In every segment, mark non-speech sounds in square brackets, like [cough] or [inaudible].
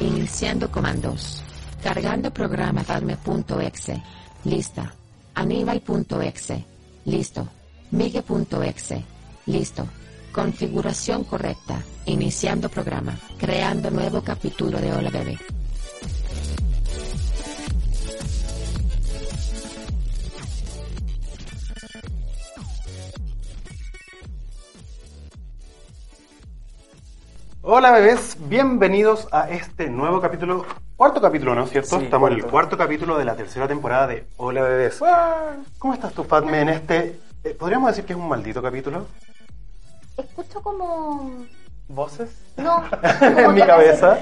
Iniciando comandos. Cargando programa farme.exe. Lista. Aníbal.exe. Listo. Migue.exe. Listo. Configuración correcta. Iniciando programa. Creando nuevo capítulo de Hola Bebé. Hola bebés, bienvenidos a este nuevo capítulo, cuarto capítulo, ¿no es cierto? Sí, Estamos en el cuarto. cuarto capítulo de la tercera temporada de Hola bebés. ¿Cómo estás tú, Fatme, en este, eh, podríamos decir que es un maldito [laughs] capítulo? Escucho como. ¿Voces? [laughs] No. en mi cabeza.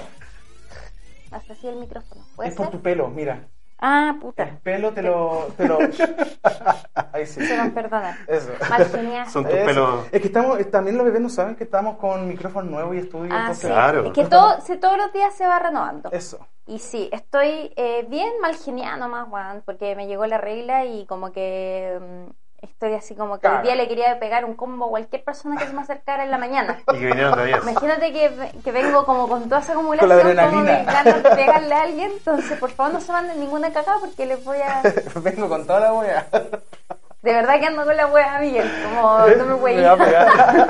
Hasta así el micrófono. ¿Puede Es por ser? tu pelo, mira. Ah, puta. Pelo te lo. Te lo... Ahí sí. Se van a perdonar. [laughs] Eso. Mal genial. Son tus Eso. pelos. Es que estamos, eh, también los bebés no saben que estamos con micrófono nuevo y estudio. Ah, entonces- sí. Claro. Es que todo, se, todos los días se va renovando. Eso. [laughs] Y sí, estoy eh, bien mal genial nomás, Juan, porque me llegó la regla y como que mm, estoy así como que Claro. el día le quería pegar un combo a cualquier persona que se me acercara en la [laughs] mañana. Y que vinieron de 10. Imagínate que, que vengo como con toda esa acumulación, Con la como adrenalina. me ganas de pegarle a alguien, entonces por favor no se manden ninguna cagada porque les voy a... Vengo con toda la wea. De verdad que ando con la wea bien, como no me voy [laughs] Me va a [laughs] pegar.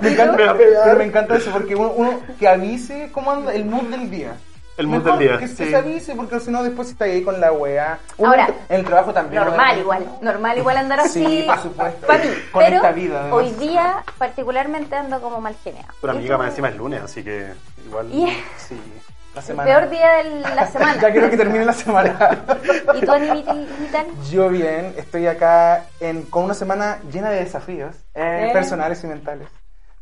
me, ¿Y encanta, tú? Me va a pegar. Pero me encanta eso, porque uno, uno que avise cómo anda el mood del día. El mood Mejor del día, Que sí. se avise, porque si no, después está ahí con la wea. Uno Ahora, en el trabajo también. Normal obviamente. igual, normal igual andar así. Sí, por supuesto. Para mí, Con pero esta vida, además. hoy día particularmente ando como mal genial. Pero amiga, más encima es lunes, así que igual. Y Sí. La el semana. peor día de [laughs] la semana. Ya quiero que termine la semana. [laughs] ¿Y tú, Anita? Yo bien, estoy acá en- con una semana llena de desafíos eh, ¿Eh? personales y mentales.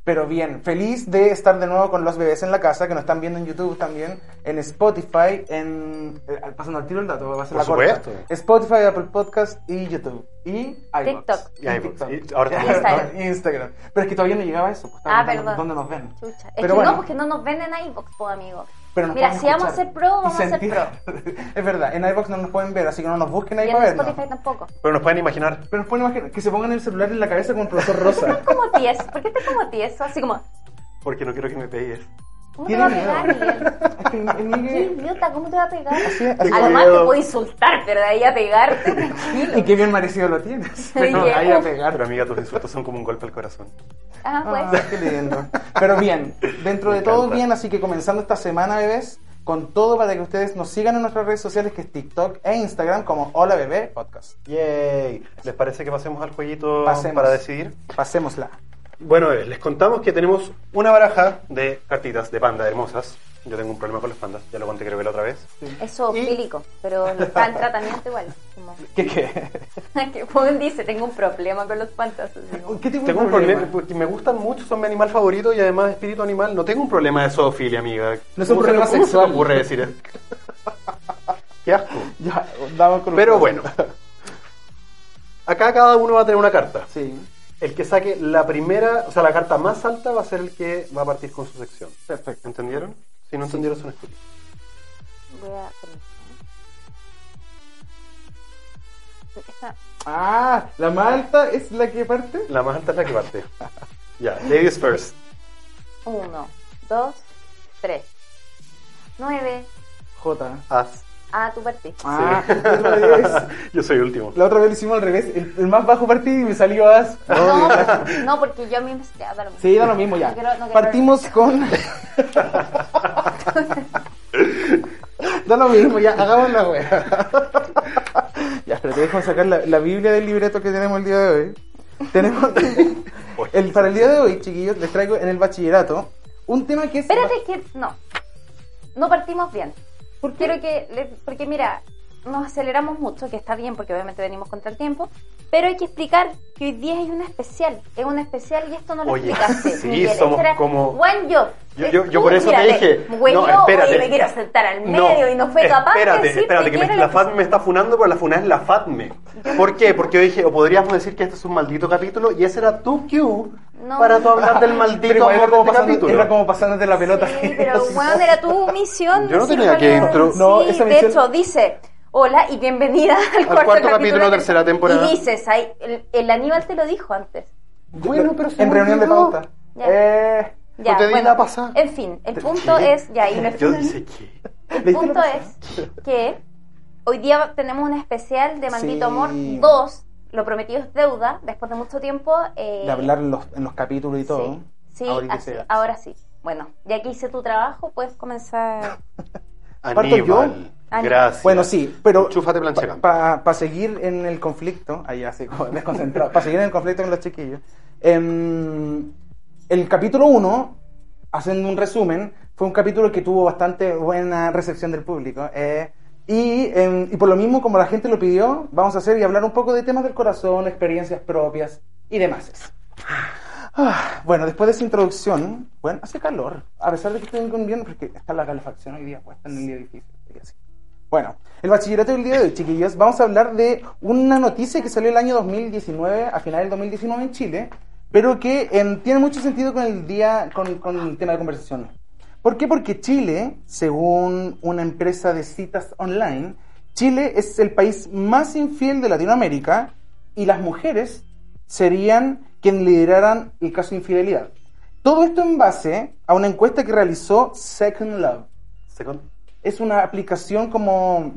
Pero bien, feliz de estar de nuevo con los bebés en la casa, que nos están viendo en YouTube también, en Spotify, en... eh, pasando al tiro el dato, va a ser Por la corta. supuesto. Spotify, Apple Podcast y YouTube. Y iVoox. TikTok. Y iVoox. Y ahora [laughs] Y Instagram. Instagram. Pero es que todavía no llegaba a eso. pues, Ah, estaba contando perdón. ¿Dónde nos ven? Chucha. Es Pero que bueno. no, porque no nos ven en iVox, po, amigo. Pero nos Mira, pueden si vamos a escuchar ser pro, y vamos a ser sentir. pro. [laughs] es verdad, en iVoox no nos pueden ver, así que no nos busquen ahí Y para en vernos. Spotify tampoco. Pero nos pueden imaginar. Pero nos pueden imaginar que se pongan el celular en la cabeza con un profesor rosa. [laughs] Como tieso, ¿por qué estás como tieso? Así como, Porque no quiero que me pegues. ¿cómo te Tiene va a miedo. pegar, Miguel? Es que [laughs] el Qué Miguel- idiota, ¿cómo te va a pegar? Así es, así Además es. te puedo insultar, pero de ahí a [laughs] pegarte, tranquilo. Y qué bien merecido lo tienes. Pero no, Ahí a Pero pegar. amiga, tus insultos son como un golpe al corazón. Ah, Ah, pues. qué lindo. Pero bien, dentro Me de todo encanta. bien, así que comenzando esta semana, bebés, con todo para que ustedes nos sigan en nuestras redes sociales, que es TikTok e Instagram, como Hola Bebé Podcast. Yay. ¿Les parece que pasemos al jueguito Pasemos. para decidir? Pasémosla. Bueno, eh, les contamos que tenemos una baraja de cartitas de panda hermosas. Yo tengo un problema con las pandas, ya lo conté creo que la otra vez. Eso Y- fílico, pero lo está en tratamiento igual. Como, [laughs] [laughs] ¿Qué qué? que Juan dice, tengo un problema con los pantas. así como, ¿Qué tipo de Tengo un problema porque me gustan mucho, son mi animal favorito y además espíritu animal. No tengo un problema de zoofilia, amiga. No es ¿Cómo un se- problema cómo se sexual. me ocurre decir [laughs] eso? Qué asco. [laughs] Ya, damos con un Pero problema. bueno. Acá cada uno va a tener una carta. Sí, El que saque la primera, o sea, la carta más alta va a ser el que va a partir con su sección. perfecto. ¿Entendieron? Si no entendieron, son estúpidos. Voy a comenzar. Esta- Ah, la más alta es la que parte. La más alta es la que parte. Ya, ladies first. Uno, dos, tres. Nueve. J. As. Ah, tú partiste. Ah, Sí. otra vez. Yo soy último. La otra vez lo hicimos al revés. El, el más bajo partí y me salió as. No, porque- no, porque yo a mí me ya, da lo mismo. Oh, Sí, da lo mismo ya. No quiero- no quiero- Partimos con. [laughs] da lo mismo, ya, hagamos la [laughs] wea. ya, pero te dejo sacar la, la Biblia del libreto que tenemos el día de hoy. Tenemos. [laughs] el, para el día de hoy, chiquillos, les traigo en el bachillerato un tema que es. [laughs] Espérate que no. No partimos bien. ¿Por qué? Quiero que le- porque mira, nos aceleramos mucho, que está bien porque obviamente venimos contra el tiempo, pero hay que explicar que hoy día hay una especial, es una especial y esto no lo Oye, explicaste. sí, Miguel. somos Ese era como- Juan yo, Yo, yo, yo por eso te Mírale, dije. güey, no, yo, espérate. güey, me quiero sentar al No, medio y no fue capaz de Espérate, decirte espérate, que qué me- era la lo FATME me está funando, pero la FUNA es la FATME. ¿Por qué? Porque yo dije, o podríamos decir que este es un maldito capítulo y ese era tu cue No. para tú hablar del Pero maldito igual amor era de como, este pasando, capítulo. era como pasándote la pelota. Sí, [laughs] pero weón, era tu misión. Yo no decir tenía cuál que era- intro- Sí, No, esa de misión- hecho, dice. Hola y bienvenida al, cuarto capítulo de tercera temporada. Y dices, ahí, el, el Aníbal te lo dijo antes. Bueno, pero se en me reunión de olvidó. pauta. Ya. Eh, Ya, No te di bueno, la pasada. En fin, el punto es, ya, y no es- Yo dije que. el ¿Leíste punto la es que hoy día tenemos un especial de Maldito Sí. Amor 2, lo prometido es deuda, después de mucho tiempo... eh, de hablar en los, en los capítulos y todo. Sí, sí, Ahora que así, sea. ahora sí. Bueno, ya que hice tu trabajo, puedes [laughs] comenzar... Parto yo. Aníbal, Aníbal. Gracias. Bueno, sí, pero. Chúfate plancha Para campo. seguir en el conflicto, ahí así como [laughs] desconcentrado, para seguir en el conflicto con los chiquillos. em, el capítulo 1, haciendo un resumen, fue un capítulo que tuvo bastante buena recepción del público. eh, y, em, y por lo mismo, como la gente lo pidió, vamos a hacer y hablar un poco de temas del corazón, experiencias propias y demás. Ah, bueno, después de esa introducción, bueno, hace calor, a pesar de que estoy en invierno, porque está la calefacción hoy día puesta en el edificio. y así. Bueno, el bachillerato del día de hoy, chiquillos, vamos a hablar de una noticia que salió el año 2019, a finales del 2019 en Chile, pero que em, tiene mucho sentido con el día, con, con el tema de conversación. ¿Por qué? Porque Chile, según una empresa de citas online, Chile es el país más infiel de Latinoamérica y las mujeres serían quien lideraran el caso de infidelidad. Todo esto en base a una encuesta que realizó Second Love Second. es una aplicación como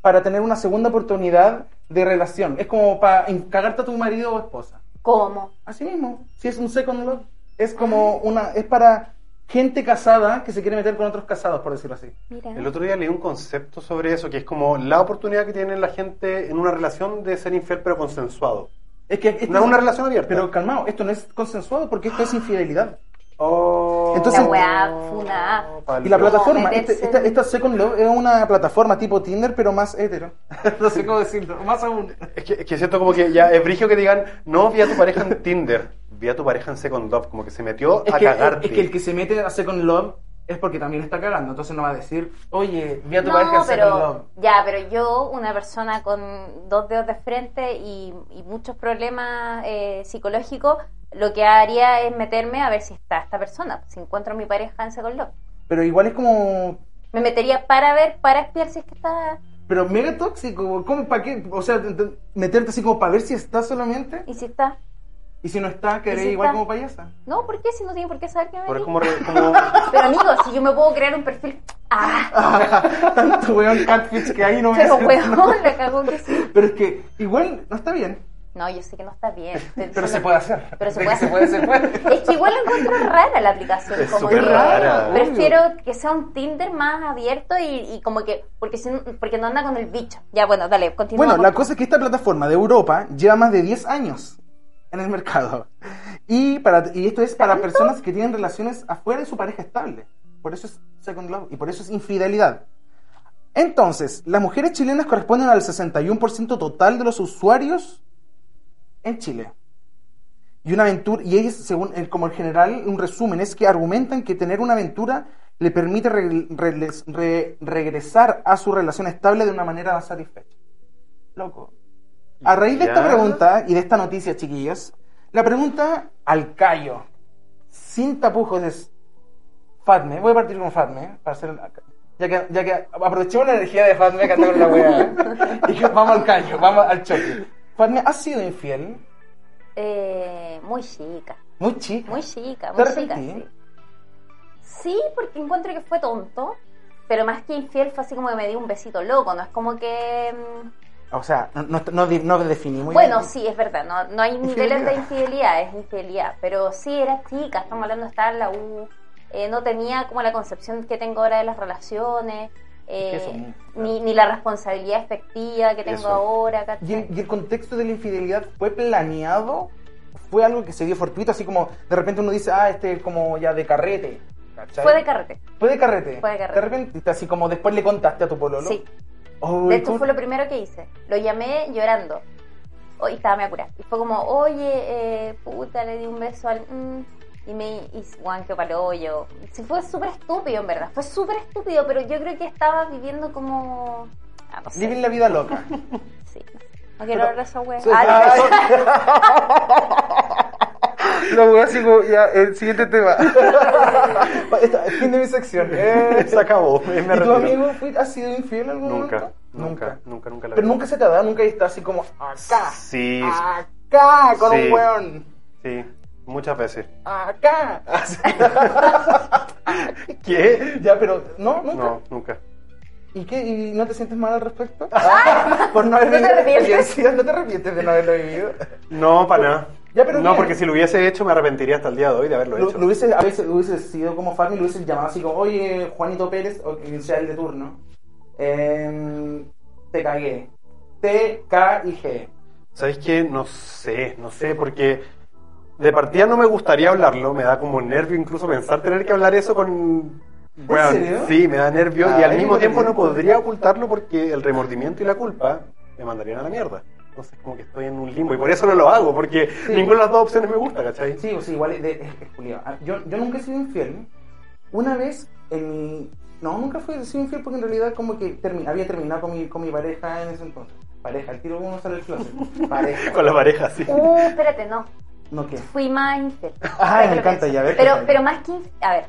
para tener una segunda oportunidad de relación. Es como para cagarte a tu marido o esposa. ¿Cómo? Así mismo, si es un second love, es como Ah. una es para gente casada que se quiere meter con otros casados, por decirlo así. Mira. El otro día leí un concepto sobre eso, que es como la oportunidad que tiene la gente en una relación de ser infiel pero consensuado. Es que esto No es una relación abierta. Ah. Pero calmado, esto no es consensuado porque esto es infidelidad. Oh, Entonces- La weá, funa. Palo. Y la plataforma, meterse este- esta, en- esta Second Love es una plataforma tipo Tinder, pero más hetero. no sé cómo decirlo, más aún. Es que, es que siento como que ya es brigio que te digan, no vi a tu pareja en Tinder, vi a tu pareja en Second Love, como que se metió Es a que, cagarte. es que el que se mete a Second Love es porque también está cagando, entonces no va a decir, oye, vi a tu pareja No, en Second Love. pero ya, pero yo, una persona con dos dedos de frente y, y muchos problemas eh, psicológicos, lo que haría es meterme a ver si está esta persona, si encuentro a mi pareja en Second Love. Pero igual es como. Me metería para ver, para espiar si es que está... Pero mega tóxico, ¿cómo para qué? O sea, te- te- meterte así como para ver si está solamente. Y si está... Y si no está, querés si igual está? como payasa. [laughs] No, ¿por qué? Si no tiene por qué saber que me Pero es metí. como, re- como- Pero amigo, si yo me puedo crear un perfil... [laughs] ¡Ah! Tanto weón catfish que hay no me Pero hace- weón, la cagó que sí. [laughs] Pero es que igual no está bien. No, yo sé que no está [laughs] bien. estoy Pero diciendo- se puede hacer. [laughs] Pero se De puede que hacer. Se puede, se [laughs] puede. Es que igual la encuentro rara la aplicación. Es como súper que rara. Prefiero que sea un Tinder más abierto y, y como que. Porque, si no- porque no anda con el bicho. Ya, bueno, dale, continúa. Bueno, con- la cosa es que esta plataforma de Europa lleva más de 10 años en el mercado. Y, para, y esto es para personas que tienen relaciones afuera de su pareja estable. Por eso es Second Love y por eso es infidelidad. Entonces, las mujeres chilenas corresponden al 61% total de los usuarios en Chile. Y una aventura, y ellos, según el- como el general, un resumen, es que argumentan que tener una aventura le permite re- re- re- regresar a su relación estable de una manera más satisfecha. Loco. A raíz de esta Ya. pregunta y de esta noticia, chiquillos, la pregunta al callo, sin tapujos, es Fatme. Voy a partir con Fatme, ¿eh? para hacer, ya, que, ya que aprovechemos la energía de Fatme que anda con la weá. y que vamos al callo, vamos al choque. Fatme, ¿has sido infiel? Eh, muy chica. Muy chica. Muy chica, ¿Te muy chica. arrepentí? Sí. Sí, porque encuentro que fue tonto. Pero más que infiel fue así como que me dio un besito loco. No es como que. mm, O sea, no, no, no, di- no definí muy bueno, bien. sí, es verdad, no, no hay niveles de infidelidad, es infidelidad, pero sí era chica, estamos hablando, estaba en la U, eh, no tenía como la concepción que tengo ahora de las relaciones, eh, Es que eso, mm, ni, ni la responsabilidad efectiva que tengo Eso. ahora, ¿cachai? ¿Y el, y el contexto de la infidelidad fue planeado? ¿Fue algo que se dio fortuito? Así como de repente uno dice, ah, este es como ya de carrete. ¿cachai? Fue de carrete, Fue de carrete. Fue de carrete. De repente, así como después le contaste a tu pololo. sí. Oh, De hecho, ¿cómo- fue lo primero que hice. Lo llamé llorando. Oh, Hoy estaba me a curar. Y fue como, oye, eh, puta, le di un beso al. mm, Y me y, Juan que para el hoyo. Sí, fue súper estúpido, en verdad. Fue súper estúpido, pero yo creo que estaba viviendo como. Ah, no sé. Living la [laughs] vida loca. Sí. No quiero hablar de esa wea. Sí. Ah, no, [laughs] La wea así como, ya, el [laughs] siguiente tema. [laughs] Esta- Fin de mi sección. Eh, Se acabó. Me ¿Y tu retiro. amigo fui- ha sido infiel en algún Nunca, momento? nunca, nunca, nunca. la Pero vi. nunca se te ha dado, nunca está así como acá. Sí, Acá, con Sí. un weón. sí, muchas veces. Acá. Ah, ¿Qué? [laughs] ya, pero no, nunca. No, nunca. ¿Y qué? ¿Y no te sientes mal [laughs] al respecto? Ah, por no haber ¿No te vivido la arrepientes? experiencia, ¿No te arrepientes de no haberlo vivido? No, para nada. Ya, pero no, mira. porque si lo hubiese hecho me arrepentiría hasta el día de hoy de haberlo Lo, hecho. lo hubiese, a veces hubiese sido como fan y lo hubiese llamado así como, oye, Juanito Pérez, o que sea el de turno, em, te cagué. T, K y G. ¿Sabes qué? No sé, no sé, porque de partida no me gustaría hablarlo, me da como nervio incluso pensar tener que hablar eso con... Bueno, serio? sí, me da nervio y Ay, al mismo no tiempo te- no podría ocultarlo porque el remordimiento y la culpa me mandarían a la mierda. Entonces como que estoy en un limbo y por eso no lo hago, porque ninguna de las dos opciones me gusta, ¿cachai? [laughs] Sí, o sea, igual es, de- es- es culiao. Ah, Yo, yo nunca he sido infiel. Una vez en mi... No, nunca fui he sido infiel porque en realidad como que termi- había terminado con mi, con mi pareja en ese entonces. Pareja, el tiro uno sale del [laughs] closet. Pareja. Con la pareja, sí. Uh, espérate, no. No, ¿qué? Fui más [laughs] infiel. Ah, Creo que me lo encanta, pienso. ya ves. Pero, pero más que infiel. A ver,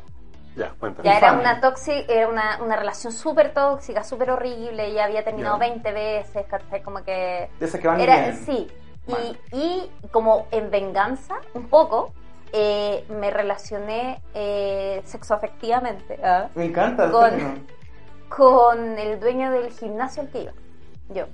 Ya, cuéntame. ya era Infame. una tóxica, era una, una relación súper tóxica, súper horrible, ya había terminado 20 veces, ¿cachai? Como que. De esas que van Era, bien. sí. Mal. Y, y como en venganza, un poco, eh, me relacioné eh, sexoafectivamente ¿ah? Me encanta. el Con- término. con el dueño del gimnasio al que iba. Yo.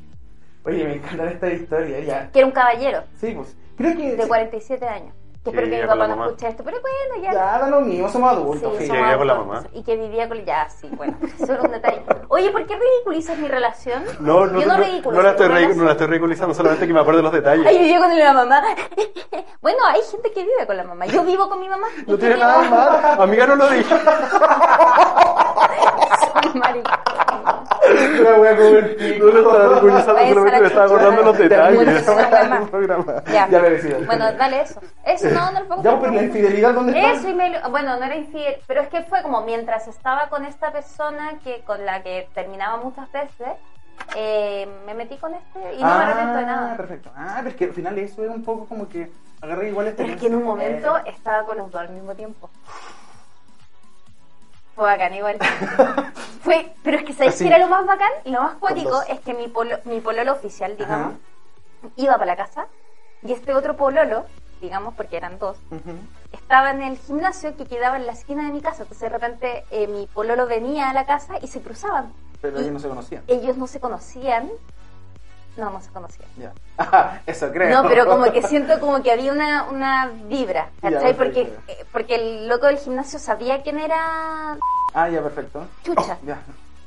Oye, me encanta esta historia, ya. Que era un caballero Sí, pues. Creo que... de 47 años. Que Que espero que vivía mi con la papá no mamá. escuche esto, pero bueno, ya. Ya, da lo mismo, somos adultos. Sí, sí. que somos vivía con la adultos. mamá. Y que vivía con... Ya, sí, bueno. Solo un detalle. Oye, ¿por qué ridiculizas mi relación? No, no, Yo no, no, no, ridiculizo la estoy mi ridicu- relación. no la estoy ridiculizando, solamente que me acuerdo de los detalles. Ay, vivió con la mamá. [laughs] bueno, hay gente que vive con la mamá. Yo vivo con mi mamá. No tiene nada de malo. Amiga, no lo dije. Maricón. La wea como el pico. No lo estaba orgullosando, Vaya a solamente me ser estaba la acordando los chucha. detalles. Bueno, programa. programa. Ya. Ya merecido. Bueno, dale eso. Eso no, no lo puedo Ya, pero la infidelidad, ¿dónde está? Eso y me lo- Bueno, no era infiel, pero es que fue como mientras estaba con esta persona que con la que terminaba muchas veces, eh, me metí con este y no me arrepiento de Ah, nada. perfecto. Ah, pero es que al final eso es un poco como que agarré igual este. Pero es que en un momento eh, estaba con los dos al mismo tiempo. Fue bacán [laughs] igual. Fue, pero es que ¿sabéis Así. qué era lo más bacán? Lo más cuático dos. es que mi, polo, mi pololo oficial, digamos, iba para la casa y este otro pololo, digamos, porque eran dos, estaba en el gimnasio que quedaba en la esquina de mi casa. Entonces de repente eh, mi pololo venía a la casa y se cruzaban. Pero ellos no se conocían. Ellos no se conocían. No, no se conocían. Ya. [laughs] Ajá, eso creo. No, pero como que [laughs] siento como que había una, una vibra, ¿cachai? Ya, Porque, perfecto. eh, porque el loco del gimnasio sabía quién era Ah, ya, perfecto. Chucha. Ya.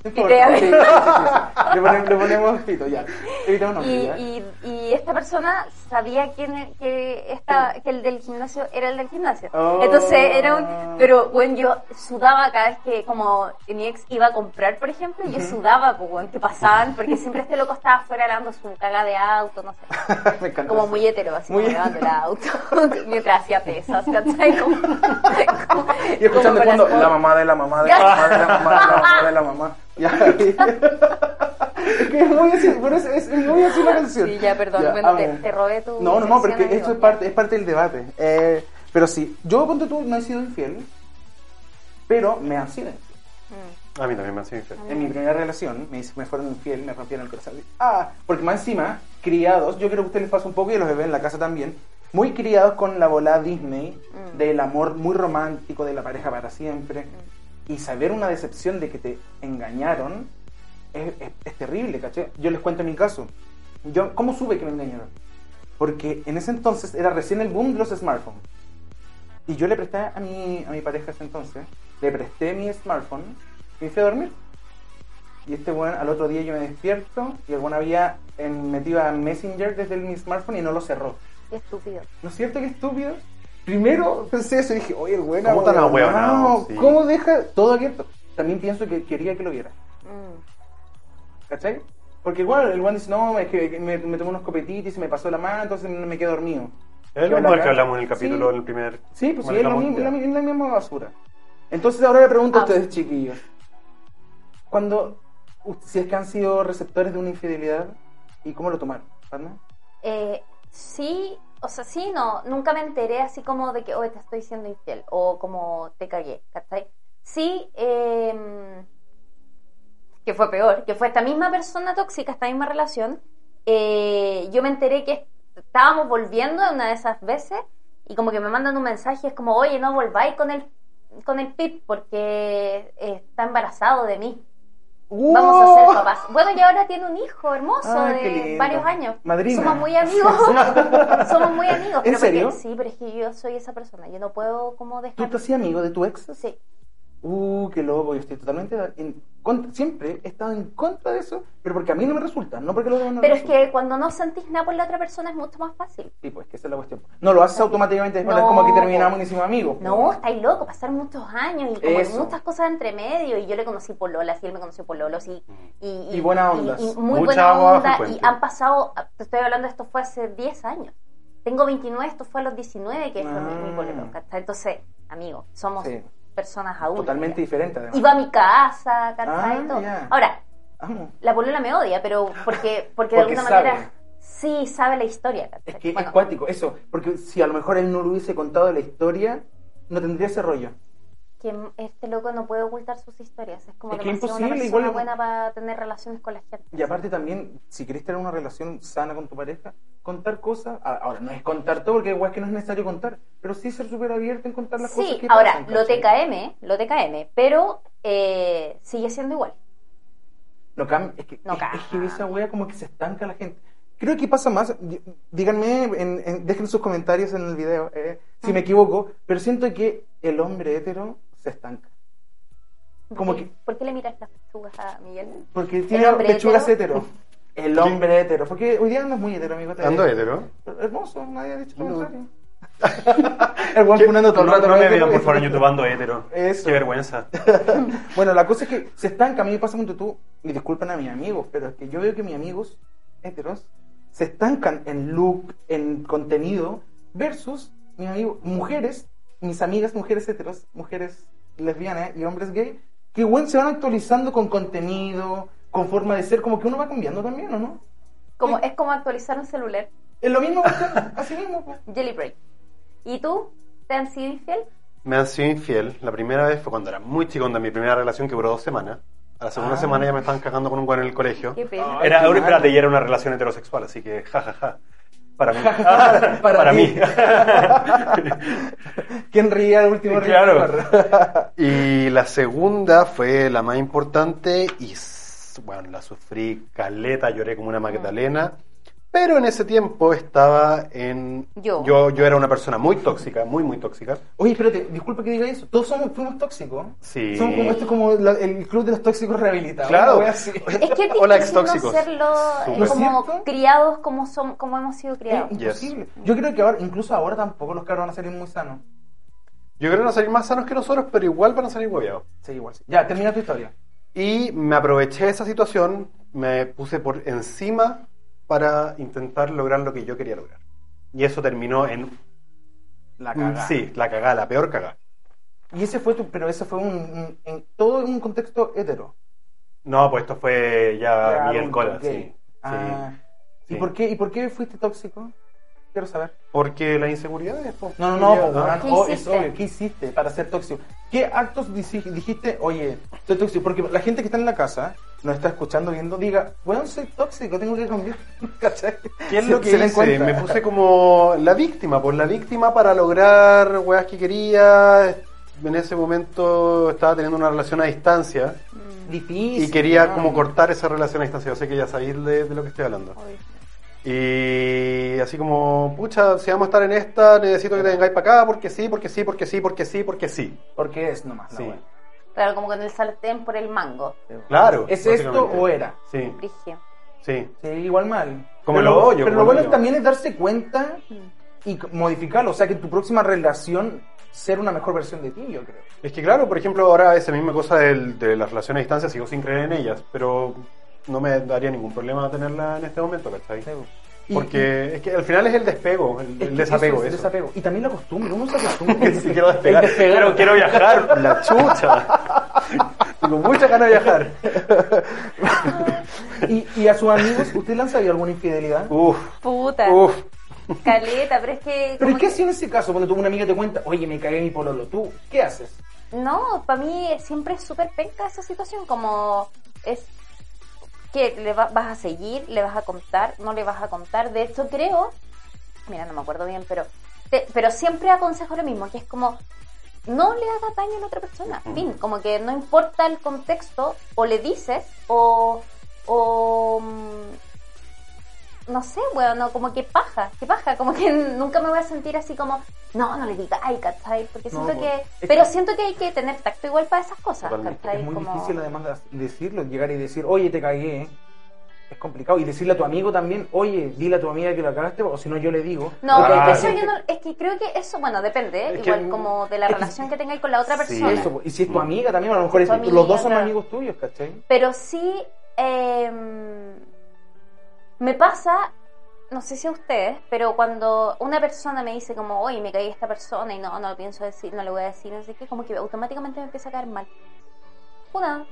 Pitea. Sí, sí, sí, sí. Le ponemos, le ponemos pito, ya. Evitamos y, nombre, ya. y, y esta persona sabía quién e- que, esta, que el del gimnasio era el del gimnasio. Oh. Entonces era un... Pero bueno, yo sudaba cada vez que como mi ex iba a comprar, por ejemplo, yo sudaba, pues, bueno, que pasaban, porque siempre este loco estaba afuera dando su caga de auto, no sé. [laughs] Me encanta. Como eso. muy hetero, así Muy- como lavando [laughs] el auto, [laughs] mientras hacía pesas, ¿cachai? Como, como- Y escuchando como con cuando las- la mamá de la mamá de la mamá de la mamá de la mamá de la mamá. [laughs] Ya. [laughs] Es que es muy así, pero es, es muy así la canción. Sí, ya, perdón, bueno, amo. te- te robé tu No, no, sección, no, porque amigo, esto es ya. parte, es parte del debate. Eh, pero sí, yo ponte tú no he sido infiel, pero me han sido infiel. A mí también me han sido infiel. En mi primera relación me, hice- me fueron infiel, me rompieron el corazón. Ah, porque más encima, criados, yo creo que a ustedes les pasa un poco y a los bebés en la casa también, muy criados con la bola Disney del amor muy romántico de la pareja para siempre. Y saber una decepción de que te engañaron es, es- es terrible, ¿caché? Yo les cuento mi caso. Yo, ¿Cómo supe que me engañaron? Porque en ese entonces era recién el boom de los smartphones. Y yo le presté a mi, a mi pareja ese entonces, le presté mi smartphone y me fui a dormir. Y este weón, al otro día yo me despierto y el weón había eh, metido a Messenger desde el- mi smartphone y no lo cerró. Qué estúpido. ¿No es cierto que estúpido? Primero pensé eso y dije, oye, el weón ¿Cómo tan ahueonado, ahueonado? Sí. ¿Cómo deja todo abierto? También pienso que quería que lo viera. Mm. ¿Cachai? Porque igual el weón dice, no, es que me, me tomé unos copetitos y se me pasó la mano, entonces me quedé dormido. Es lo van mismo a del que hablar. hablamos en el capítulo, Sí. en el primer. Sí, pues sí, cuando es, lo hablamos mismo, de- es la mi- es la misma basura. Entonces ahora le pregunto a Ah. ustedes, chiquillos. Cuando, u- si es que han sido receptores de una infidelidad, ¿y cómo lo tomaron? ¿Pana? Eh, sí, o sea, sí, no, nunca me enteré así como de que, oye, te estoy siendo infiel o como te cagué, ¿cachai? Sí, eh, que fue peor, que fue esta misma persona tóxica, esta misma relación. eh, yo me enteré que estábamos volviendo una de esas veces y como que me mandan un mensaje, es como, oye, no volváis con el, con el pip porque eh, está embarazado de mí. Vamos a ¡Uh! ser papás. Bueno, y ahora tiene un hijo hermoso Oh. Ay, qué de lindo. varios años. Madrina. Somos muy amigos. [laughs] [laughs] Somos muy amigos. ¿En pero serio? porque- sí, pero es que yo soy esa persona. Yo no puedo como ¿Tú dejar. te hacías amigo de tu ex? Sí. Uh, qué lobo, yo estoy totalmente en contra, siempre he estado en contra de eso, pero porque a mí no me resulta, no porque los demás no Pero es resulten. que cuando no sentís nada por la otra persona es mucho más fácil. Sí, pues que esa es la cuestión. No lo haces automáticamente después, no es No, como que po. terminamos y hicimos amigos. No, estáis loco, pasaron muchos años y como que Eso. muchas cosas entre medio. Y yo le conocí pololas y él me conoció pololos y. Y, Mm. Y buenas ondas. y- y muy Mucha buena agua bajo onda. el Y puente. han pasado, te estoy hablando, esto fue hace 10 años. Tengo 29, esto fue a los 19 que fue mi, mi Ah. pololo, ¿cachai? Entonces, amigo, somos Sí. personas adultas. Totalmente ya. diferente, además. Iba a mi casa, ¿cachai? Ah, Y todo. ya. Ahora, Amo. la polola me odia, pero porque, porque, de Porque alguna manera sabe. sí sabe la historia, ¿cachai? Es que Eh, Bueno, es cuático, eso. Porque si a lo mejor él no lo hubiese contado la historia, no tendría ese rollo. que este loco no puede ocultar sus historias. Es como Es que demasiado una imposible, persona igual- buena para tener relaciones con la gente. Y aparte también, si querés tener una relación sana con tu pareja, contar cosas. a- Ahora, no es contar todo, porque igual es que no es necesario contar, pero sí ser súper abierto en contar las cosas Sí, que ahora, pasan, lo ¿cachai? TKM, lo TKM, pero eh, sigue siendo igual. No cambia, es que, No es, cambia. es que esa wea como que se estanca la gente. Creo que pasa más, dí- díganme, en- en- dejen sus comentarios en el video, eh, si me equivoco, pero siento que el hombre hetero se estanca. Como ¿Por qué- que- ¿Por qué le miras las pechugas a Miguel? Porque tiene hombre pechugas hetero? hetero. El hombre hetero. Porque hoy día no es muy hetero, amigo. ¿Ando hetero? Hermoso, nadie ha dicho lo No. [laughs] contrario. el guan funando todo el No, rato. no ¿no? me vean, por favor, en YouTube ando hétero. Eso. Qué vergüenza. Bueno, la cosa es que se estanca. A mí me pasa mucho tú, y disculpen a mis amigos, pero es que yo veo que mis amigos heteros se estancan en look, en contenido, versus mis amigos, mujeres, mis amigas mujeres heteros, mujeres lesbianas y hombres gay, que bueno, se van actualizando con contenido, con forma de ser, como que uno va cambiando también, ¿o no? Como, es como actualizar un celular, Es lo mismo, cuestión, así mismo. pues. [laughs] po. Jelly Break. ¿Y tú? ¿Te han sido infiel? Me han sido infiel. La primera vez fue cuando era muy chico, onda, mi primera relación que duró dos semanas. A la segunda Ah. semana ya me estaban cagando con un guan en el colegio. Qué pena. Era, Ay, qué espérate, mal. y era una relación heterosexual, así que jajaja. [laughs] Para mí. [laughs] Para mí. ti. ¿Quién ría el último río? claro. y la segunda fue la más importante y, s- bueno, la sufrí caleta, lloré como Mm. una magdalena. Pero en ese tiempo estaba en... Yo. Yo, yo era una persona muy tóxica, muy, muy tóxica. Oye, espérate, disculpa que diga eso. Todos somos, fuimos tóxicos. Sí. Somos como, esto es como la- el club de los tóxicos rehabilitados. Claro. una wea [laughs] así. Es que es Hola, difícil no extóxicos. serlo eh, Súper. como ¿Cierto? Eh, criados como, son, como hemos sido criados. Es imposible. Yo creo que ahora, incluso ahora tampoco los caros van a salir muy sanos. Yo creo que van a salir más sanos que nosotros, pero igual van a salir hueveados. Sí, igual. sí. Ya, termina tu historia. Y me aproveché de esa situación, me puse por encima para intentar lograr lo que yo quería lograr. Y eso terminó en... La cagada. Mm, Sí, la cagada, la peor cagada. Y ese fue tu, pero ese fue un, un- en todo un contexto hetero. No, pues esto fue ya Ya, Miguel adulto, Cola, gay. sí. Ah. Sí. ¿Y, Sí. por qué, ¿Y por qué fuiste tóxico? Quiero saber. Porque las inseguridades... pues, No, no, ya- no, po, weón, ¿Qué oh, es hiciste? obvio. ¿Qué hiciste para ser tóxico? ¿Qué actos disi- dijiste, oye, soy tóxico? Porque la gente que está en la casa, nos está escuchando, viendo, diga, weón, soy tóxico, tengo que cambiar. [laughs] ¿Cachai? ¿Qué es Se- lo que se den hice? cuenta. Me puse como la víctima, por la víctima para lograr weas que quería. En ese momento estaba teniendo una relación a distancia Mm. difícil. y quería weón. como cortar esa relación a distancia. Yo sé que ya sabéis de, de lo que estoy hablando. Obvio. Y así como, pucha, si vamos a estar en esta, necesito que te vengáis para acá porque sí, porque sí, porque sí, porque sí, porque sí. Porque es nomás. la Sí. weá. Claro, como con el sartén por el mango. Claro. ¿Es esto básicamente. o era? Sí, Brigio. sí. Sí, igual mal. Como pero el hoyo, como Pero lo el bueno hoyo. también es darse cuenta Mm. y c- modificarlo. O sea, que tu próxima relación ser una mejor versión de ti, yo creo. Es que claro, por ejemplo, ahora esa misma cosa del- de las relaciones a distancia sigo sin creer en ellas, pero no me daría ningún problema tenerla en este momento, ¿cachai? pues. Y- Porque es que al final es el despego, el, el Es que desapego. eso es Eso, desapego. Y también la costumbre, uno se acostumbra. [laughs] Que [laughs] sí, quiero despegar, El despegar. pero quiero viajar, la chucha. [laughs] Tengo muchas ganas de viajar. Y, y a sus amigos, ¿usted le han sabido alguna infidelidad? Uf, Puta. uf. Caleta, pero es que. Pero como ¿y qué que- si en ese caso, cuando tú una amiga te cuenta, oye, me cagué mi pololo, tú, ¿qué haces? No, para mí siempre es súper penca esa situación, como es que le va- vas a seguir, le vas a contar, no le vas a contar. De hecho, creo, mira, no me acuerdo bien, pero, te- pero siempre aconsejo lo mismo, que es como no le hagas daño a la otra persona. Fin, como que no importa el contexto, o le dices, o, o mm, no sé, bueno, como que paja, que paja, como que [laughs] nunca me voy a sentir así como, no, no le diga, ay, ¿cachai? Porque No, siento pues, que, es pero que- siento que hay que tener tacto igual para esas cosas, Totalmente. ¿cachai? es muy Como- difícil además de hac- decirlo, llegar y decir, oye, te cagué. ¿eh? Es complicado. Y decirle a tu amigo también, oye, dile a tu amiga que lo cagaste, o si no yo le digo. No, Porque hay Claro. eso gente- yo no- es que creo que eso, bueno, depende, ¿eh? Es que- igual como de la Ah, es que- relación que tengáis con la otra Sí, persona. Eso, po. y si es tu amiga también, a lo mejor Si es, es tu los amiga, dos son claro. amigos tuyos, ¿cachai? Pero sí eh, me pasa, no sé si a ustedes, pero cuando una persona me dice como, oye, me caí esta persona y no, no lo pienso decir, no le voy a decir, no sé qué, como que automáticamente me empieza a caer mal. Una,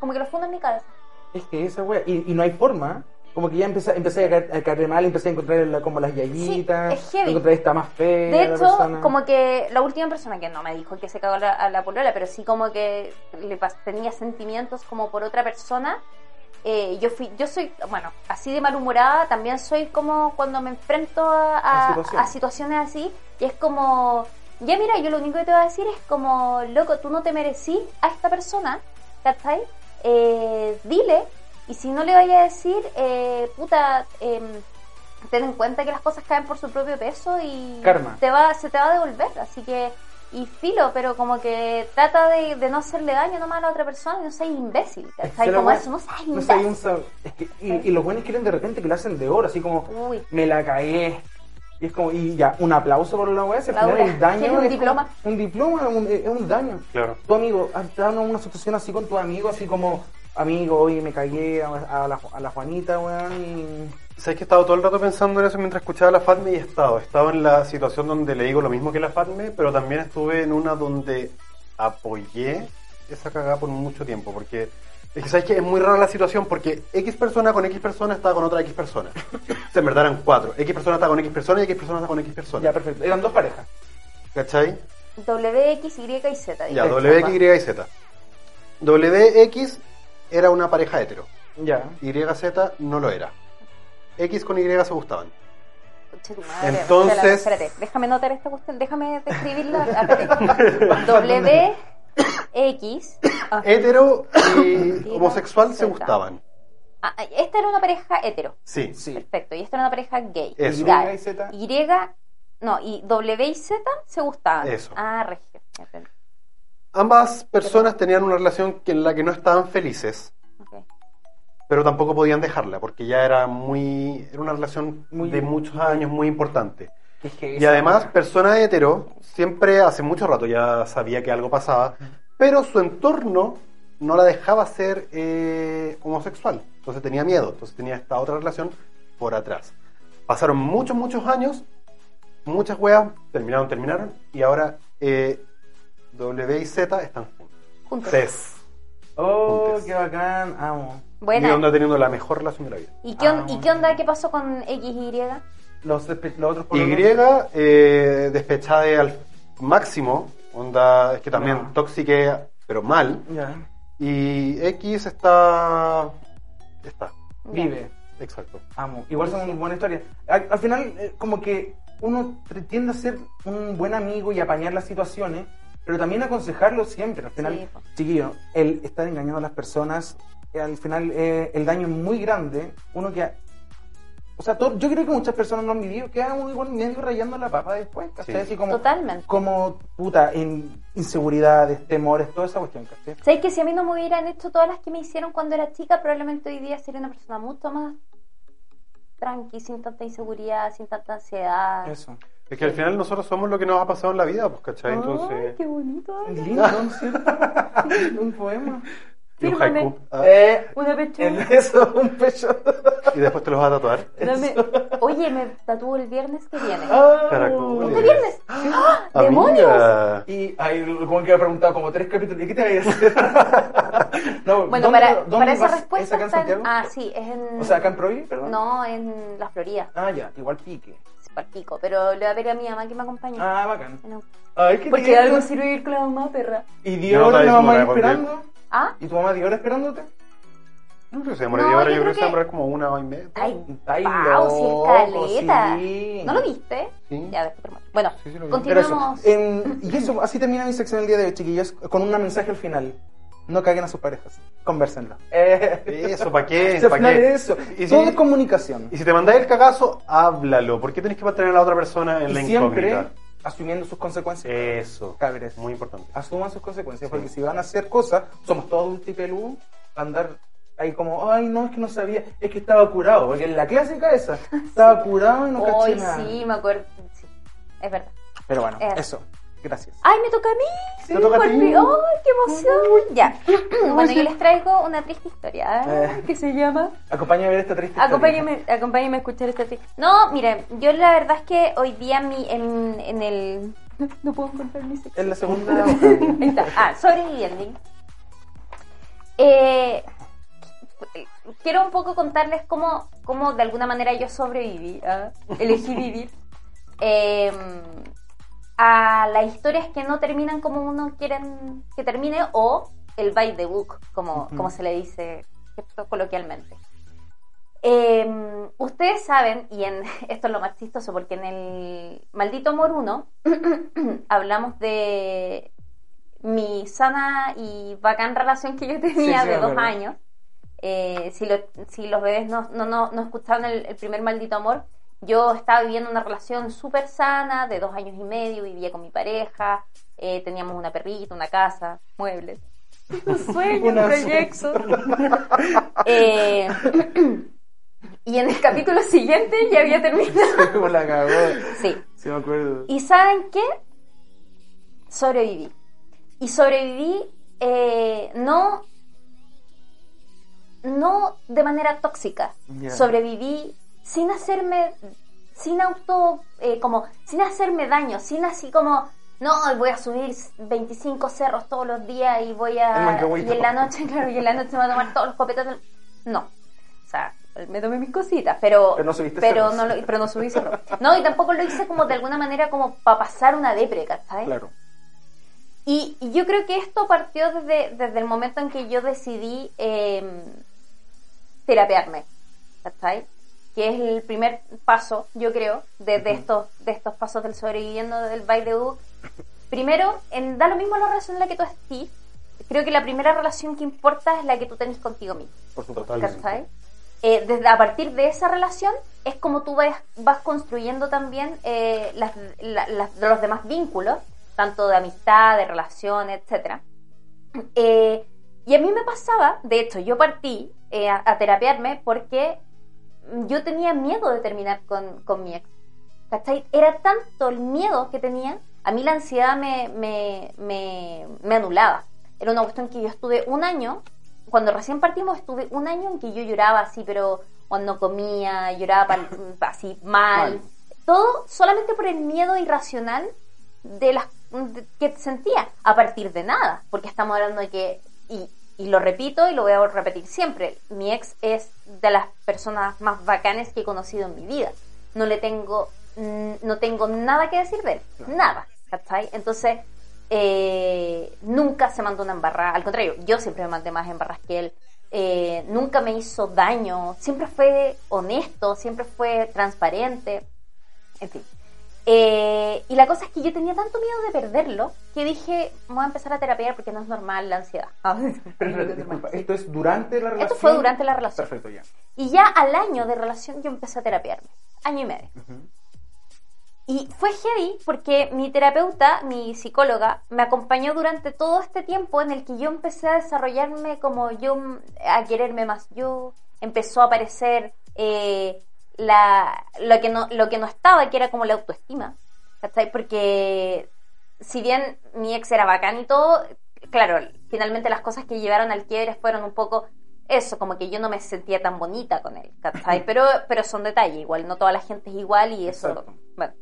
como que lo fundo en mi cabeza. Es que esa wea, y, y no hay forma. Como que ya empecé, empecé a, caer, a caerle mal, empecé a encontrar la- como las yayitas. es heavy. Encontré esta más fea. De la hecho, persona. como que la última persona que no me dijo que se cagó la- a la polola, pero sí como que le pas- tenía sentimientos como por otra persona. eh, yo fui, yo soy, bueno, así de malhumorada, también soy como cuando me enfrento a, a- A situaciones. a situaciones así, y es como, ya mira, yo lo único que te voy a decir es como, loco, tú no te merecí a esta persona, ¿cachai? Eh, dile, y si no le vaya a decir, eh, puta, em, ten en cuenta que las cosas caen por su propio peso y Karma. te va, se te va a devolver, así que, y filo, pero como que trata de, de no hacerle daño nomás a la otra persona, y no seas imbécil, Es que ¿cachai? la Como wea- eso, no seas no imbécil. sé, hay un sab- es que- y, y los buenos quieren de repente que lo hacen de oro, así como, Uy. me la cagué. Y es como, y ya, un aplauso por la wea, se final Laura, el daño. ¿quieres un es como- diploma? un diploma, un- es un daño. Claro. Tu amigo, has dado una situación así con tu amigo, así como, amigo, oye, me cagué a, a la, a la Juanita, weón, y... ¿Sabes que he estado todo el rato pensando en eso mientras escuchaba la FATME y he estado? He estado en la situación donde le digo lo mismo que la FATME, pero también estuve en una donde apoyé esa cagada por mucho tiempo, porque es que, ¿sabes que Es muy rara la situación porque X persona con X persona estaba con otra X persona. O sea, en verdad eran cuatro. X persona estaba con X persona y X persona estaba con X Ya, persona. perfecto. Eran dos parejas. ¿Cachai? W, X, Y y Z. Ya, dice. Exacto. W, X, Y y Z. WX era una pareja hetero. Ya. YZ no lo era. X con Y se gustaban. Conche tu madre, Entonces- espérate, espérate, déjame notar esta cuestión, déjame describirla. Espérate. w, X. ah, Hetero y Y homosexual se Z. gustaban. ah, ah, esta era una pareja hetero. Sí. Sí. Perfecto. Y esta era una pareja gay. Eso. Gay. Y, Z. Y, no, y W y Z se gustaban. Eso. Ah, regio. ya entendí. Ambas personas tenían una relación que- en la que no estaban felices, Ok. pero tampoco podían dejarla porque ya era muy era una relación Muy- de muchos años muy importante. Es que Y esa- además, persona hetero siempre hace mucho rato ya sabía que algo pasaba, pero su entorno no la dejaba ser eh, homosexual. Entonces tenía miedo, entonces tenía esta otra relación por atrás. Pasaron muchos, muchos años, muchas weas, terminaron, terminaron, y ahora eh, W y Z están juntos. Juntos. Oh, juntes. qué bacán. Amo. Y Buena. onda teniendo la mejor relación de la vida. ¿Y qué, on- Ah, ¿Y bueno. qué onda? ¿Qué pasó con X y Y? Los, despe- los otros Y pololos- eh, despechada al máximo, onda, es que también No. toxique, pero mal. Ya. Y X está. Está, Vive. exacto. Amo. Igual son una buena historia. Al, al final, eh, como que uno pre- tiende a ser un buen amigo y apañar las situaciones, pero también aconsejarlo siempre. Al final, Sí, po. chiquillo, el estar engañando a las personas, eh, al final eh, el daño es muy grande. Uno que. ha- O sea, to- yo creo que muchas personas no han vivido, quedan uno igual medio rayando la papa después, ¿cachai? Sí. Así como, Totalmente. como, puta, en inseguridades, temores, toda esa cuestión, ¿cachai? ¿Sabes que si a mí no me hubieran hecho todas las que me hicieron cuando era chica, probablemente hoy día sería una persona mucho más tranqui, sin tanta inseguridad, sin tanta ansiedad? Eso. Es que al final nosotros somos lo que nos ha pasado en la vida, pues, ¿cachai? Entonces. [laughs] Ay, qué bonito. Es lindo, ¿no? Sí. un poema. Y un Fírmame. haiku. Ah, Eh, Una pechuga. en eso, un pecho. y después te los vas a tatuar. Dame- Oye, me tatúo el viernes que viene. Ah. Caracoles. ¿Este viernes? ¡Ah! ¡Demonios! Amiga. Y ahí Juan que había preguntado como tres capítulos, ¿y qué te habías hacer? [laughs] no, Bueno, ¿dónde- para, dónde para esa vas? ¿Es respuesta acá en está en- Santiago? Ah, sí, es en... O sea, acá en Provi, perdón. No, en la Florida, Ah, ya, igual pique. es partico, pero le voy a ver a mi mamá que me acompaña. Ah, bacán. Bueno, Ay, qué Porque de tierno. algo sirve ir con la mamá, perra. ¿Y Yo dio no hora la estaba mamá diciendo nada, esperando? ¿Ah? ¿Y tu mamá dio hora esperándote? No creo que se demore No, 10 horas, yo yo creo creo que se que- demora como una hora y media. Ay, Ay, wow, loco, si es caleta. sí. ¿No lo viste? Sí. Ya, después te lo muestro. Bueno, Sí, sí lo vi. Pero eso, continuamos. em, y eso, así termina mi sección el día de hoy, chiquillos, con un mensaje al final. No caguen a sus parejas, conversenlo. Eso, ¿para qué? [laughs] Si al ¿Para final qué? es eso. Y si- Todo es comunicación. Y si te mandáis el cagazo, háblalo. ¿Por qué tenés que mantener a la otra persona en Y la siempre incógnita? asumiendo sus consecuencias. Eso. Cabres. Muy importante. Asuman sus consecuencias, Sí. porque si van a hacer cosas, somos todos un tipelú, andar ahí como, ay, no, es que no sabía, es que estaba curado, porque en la clásica [laughs] esa, estaba curado y no caché Hoy nada. sí, me acuerdo. Sí, es verdad. Pero bueno, Eh. Ah. eso. Gracias. ¡Ay, me toca a mí! Te toca a Por ti. fin. ¡Ay, qué emoción! Ya. Bueno, yo les traigo una triste historia. ¿eh? Eh, ¿Qué se llama? acompáñame a ver esta triste historia. Acompáñame, acompáñame a escuchar esta triste. No, miren, yo la verdad es que hoy día mi, en, en el. [laughs] No, no puedo encontrar mi sección. Es la segunda. Ahí está. [laughs] Ah, sobreviviendo. Eh, quiero un poco contarles cómo, cómo de alguna manera yo sobreviví, ah, elegí vivir eh, a las historias que no terminan como uno quiere que termine o el by the book, como, como se le dice esto coloquialmente. Eh, ustedes saben, y en, [laughs] esto es lo más chistoso, porque en el Maldito Amor 1 [clears throat] hablamos de mi sana y bacán relación que yo tenía Sí, sí, de me dos acuerdo. años. Eh, si, lo- si los bebés no, no, no, no escucharon el, el primer Maldito Amor, yo estaba viviendo una relación súper sana, de dos años y medio, vivía con mi pareja, eh, teníamos una perrita, una casa, muebles. [laughs] Un sueño, un Una- proyecto. [laughs] Eh, [clears throat] y en el capítulo siguiente ya había terminado. Como la cagó. Sí. Sí, me acuerdo. ¿Y saben qué? Sobreviví. Y sobreviví eh, no, no de manera tóxica. Ya. Sobreviví sin hacerme, sin auto, eh, como, sin hacerme daño, sin así como, no, voy a subir 25 cerros todos los días y voy El a... mancahuito. Y en la noche, [laughs] claro, y en la noche me voy a tomar todos los copetas. del- No. O sea, me tomé mis cositas, pero... Pero no subiste pero cerros. no lo- pero no subí cerros. No, y tampoco lo hice como de alguna manera como para pasar una depre, ¿cachai? Claro. Y, y yo creo que esto partió desde, desde el momento en que yo decidí eh, terapearme, ¿cachai? Que es el primer paso, yo creo, de, de estos, de estos pasos del sobreviviendo del by the book. Primero, en, da lo mismo la relación en la que tú estés. Creo que la primera relación que importa es la que tú tenés contigo mismo. Por supuesto. ¿cachai? Eh, desde, a partir de esa relación es como tú vas, vas construyendo también eh, las- la- las- los demás vínculos, tanto de amistad, de relación, etc. y a mí me pasaba, de hecho, yo partí eh, a, a terapiarme porque yo tenía miedo de terminar con, con mi ex. ¿Cachai? Era tanto el miedo que tenía, a mí la ansiedad me, me, me, me anulaba. Era una cuestión que yo estuve un año, cuando recién partimos estuve un año en que yo lloraba así, pero cuando comía, lloraba pal- así mal. Mal. Todo solamente por el miedo irracional de las de- que sentía a partir de nada, porque estamos hablando de que, y, y lo repito y lo voy a repetir siempre, mi ex es de las personas más bacanes que he conocido en mi vida. No le tengo, mm, no tengo nada que decir de él, nada, ¿cachai? Entonces, eh, nunca se mandó una embarrada, al contrario, yo siempre me mandé más embarras que él. Eh, nunca me hizo daño, siempre fue honesto, siempre fue transparente, en fin. Eh, y la cosa es que yo tenía tanto miedo de perderlo que dije, voy a empezar a terapiar porque no es normal la ansiedad. [laughs] Pero espérate, disculpa, esto es durante la relación. ah, Esto fue durante la relación. Perfecto, ya. Y ya al año de relación yo empecé a terapiarme. Año y medio. Y fue heavy porque mi terapeuta, mi psicóloga, me acompañó durante todo este tiempo en el que yo empecé a desarrollarme como yo, mm, a quererme más yo. Empezó a aparecer eh, la, lo, que no, lo que no estaba, que era como la autoestima. ¿Cachai? Porque si bien mi ex era bacán y todo, claro, finalmente las cosas que llevaron al quiebre fueron un poco eso, como que yo no me sentía tan bonita con él, ¿cachai? Pero, pero son detalles, igual, no toda la gente es igual y eso. Exacto. bueno.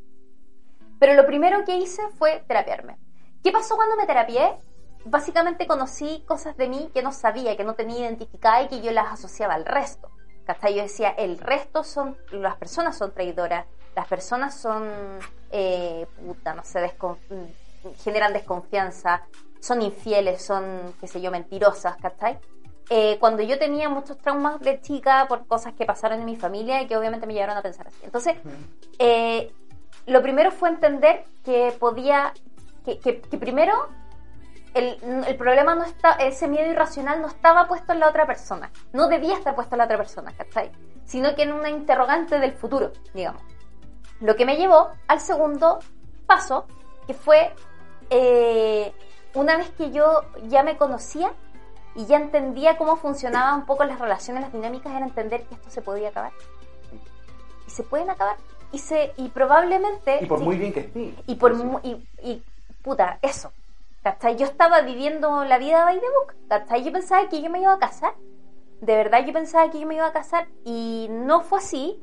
Pero lo primero que hice fue terapiarme. ¿Qué pasó cuando me terapié? Básicamente conocí cosas de mí que no sabía, que no tenía identificada y que yo las asociaba al resto. ¿Cachai? Yo decía, el resto son, las personas son traidoras, las personas son, eh, puta, no sé, descon- generan desconfianza, son infieles, son, qué sé yo, mentirosas, ¿cachai? eh, cuando yo tenía muchos traumas de chica por cosas que pasaron en mi familia y que obviamente me llevaron a pensar así. Entonces, eh, lo primero fue entender que podía, que, que- que primero el, el problema no está, ese miedo irracional no estaba puesto en la otra persona, no debía estar puesto en la otra persona, ¿cachai? Sino que en una interrogante del futuro, digamos. Lo que me llevó al segundo paso, que fue eh, una vez que yo ya me conocía y ya entendía cómo funcionaban un poco las relaciones, las dinámicas, era entender que esto se podía acabar. Y se pueden acabar. Y, se, y probablemente... Y por Eh, sí, muy bien que esté. y por mu- y, y, puta, eso. ¿Cachai? Yo estaba viviendo la vida by the book. ¿Cachai? Yo pensaba que yo me iba a casar. De verdad yo pensaba que yo me iba a casar. Y no fue así.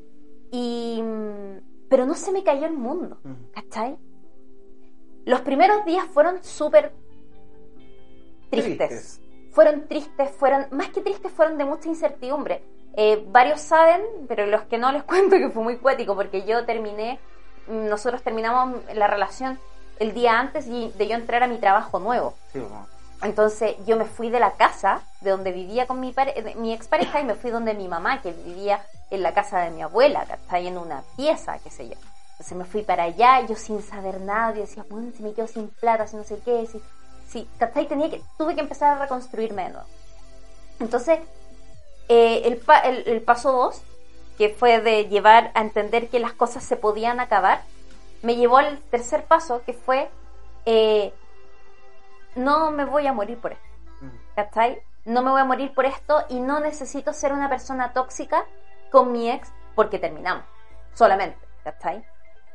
Y mm, pero no se me cayó el mundo. Ujú. ¿Cachai? Los primeros días fueron súper tristes Tristes. fueron tristes, fueron, más que tristes, fueron de mucha incertidumbre. Eh, varios saben, pero los que no les [laughs] cuento que fue muy cuático, porque yo terminé, mm, nosotros terminamos la relación el día antes y- de yo entrar a mi trabajo nuevo. Sí, bueno. Entonces yo me fui de la casa de donde vivía con mi, pare- eh, mi expareja y me fui donde mi mamá, que vivía en la casa de mi abuela, que está ahí en una pieza, qué sé yo. Entonces me fui para allá, yo sin saber nada, yo decía, bueno, si me quedo sin plata, si no sé qué, si, si, ¿cachai? Tenía que, tuve que empezar a reconstruirme de nuevo. Entonces, eh, el, pa- el- el paso 2, que fue de llevar a entender que las cosas se podían acabar, me llevó al tercer paso, que fue, eh, no me voy a morir por esto, ¿cachai? No me voy a morir por esto y no necesito ser una persona tóxica con mi ex porque terminamos, solamente, ¿cachai?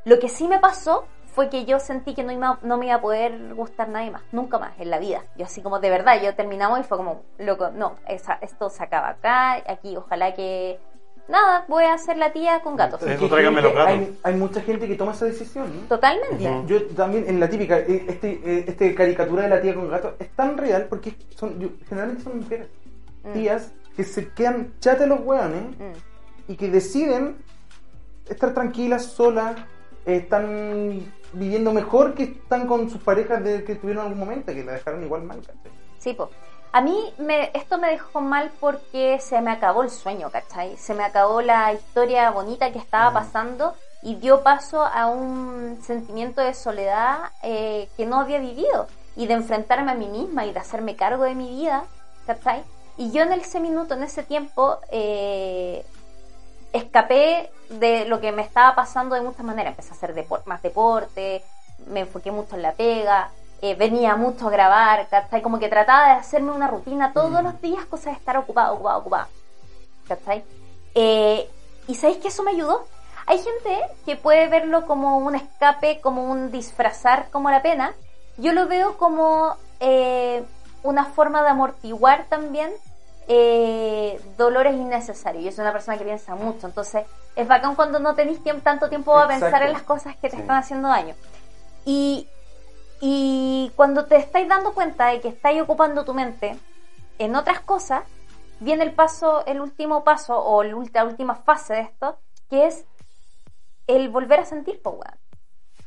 Lo que sí me pasó fue que yo sentí que no, iba, no me iba a poder gustar nadie más, nunca más en la vida. Yo así como de verdad, yo terminamos y fue como, loco, no, esa- esto se acaba acá, aquí ojalá que... Nada, voy a ser la tía con gatos. Eso, Que tráigame los gente- gatos. Hay, hay mucha gente que toma esa decisión. ¿no? Totalmente. Yo también, en la típica, eh, este, eh, este caricatura de la tía con gato es tan real porque son, yo- generalmente son mujeres. Mm. Tías que se quedan chatas los hueones Mm. y que deciden estar tranquilas, solas, eh, están viviendo mejor que están con sus parejas de que tuvieron en algún momento, que la dejaron igual mal. ¿cachai? Sí, po. A mí me, esto me dejó mal porque se me acabó el sueño, ¿cachai? Se me acabó la historia bonita que estaba pasando y dio paso a un sentimiento de soledad eh, que no había vivido y de enfrentarme a mí misma y de hacerme cargo de mi vida, ¿cachai? Y yo en ese minuto, en ese tiempo, eh, escapé de lo que me estaba pasando de muchas maneras. Empecé a hacer depor- más deporte, me enfoqué mucho en la pega, eh, venía mucho a grabar, ¿cachai? Como que trataba de hacerme una rutina todos los días, cosa de estar ocupada, ocupada, ocupada. ¿Cachai? Eh, y sabéis que eso me ayudó. Hay gente que puede verlo como un escape, como un disfrazar, como la pena. Yo lo veo como eh, una forma de amortiguar también eh, dolores innecesarios. Yo soy una persona que piensa mucho, entonces es bacán cuando no tenéis tiemp- tanto tiempo a pensar Exacto. en las cosas que te Sí. están haciendo daño. Y, y cuando te estáis dando cuenta de que estáis ocupando tu mente en otras cosas, viene el paso, el último paso o el ult- la última fase de esto, que es el volver a sentir, po, weón.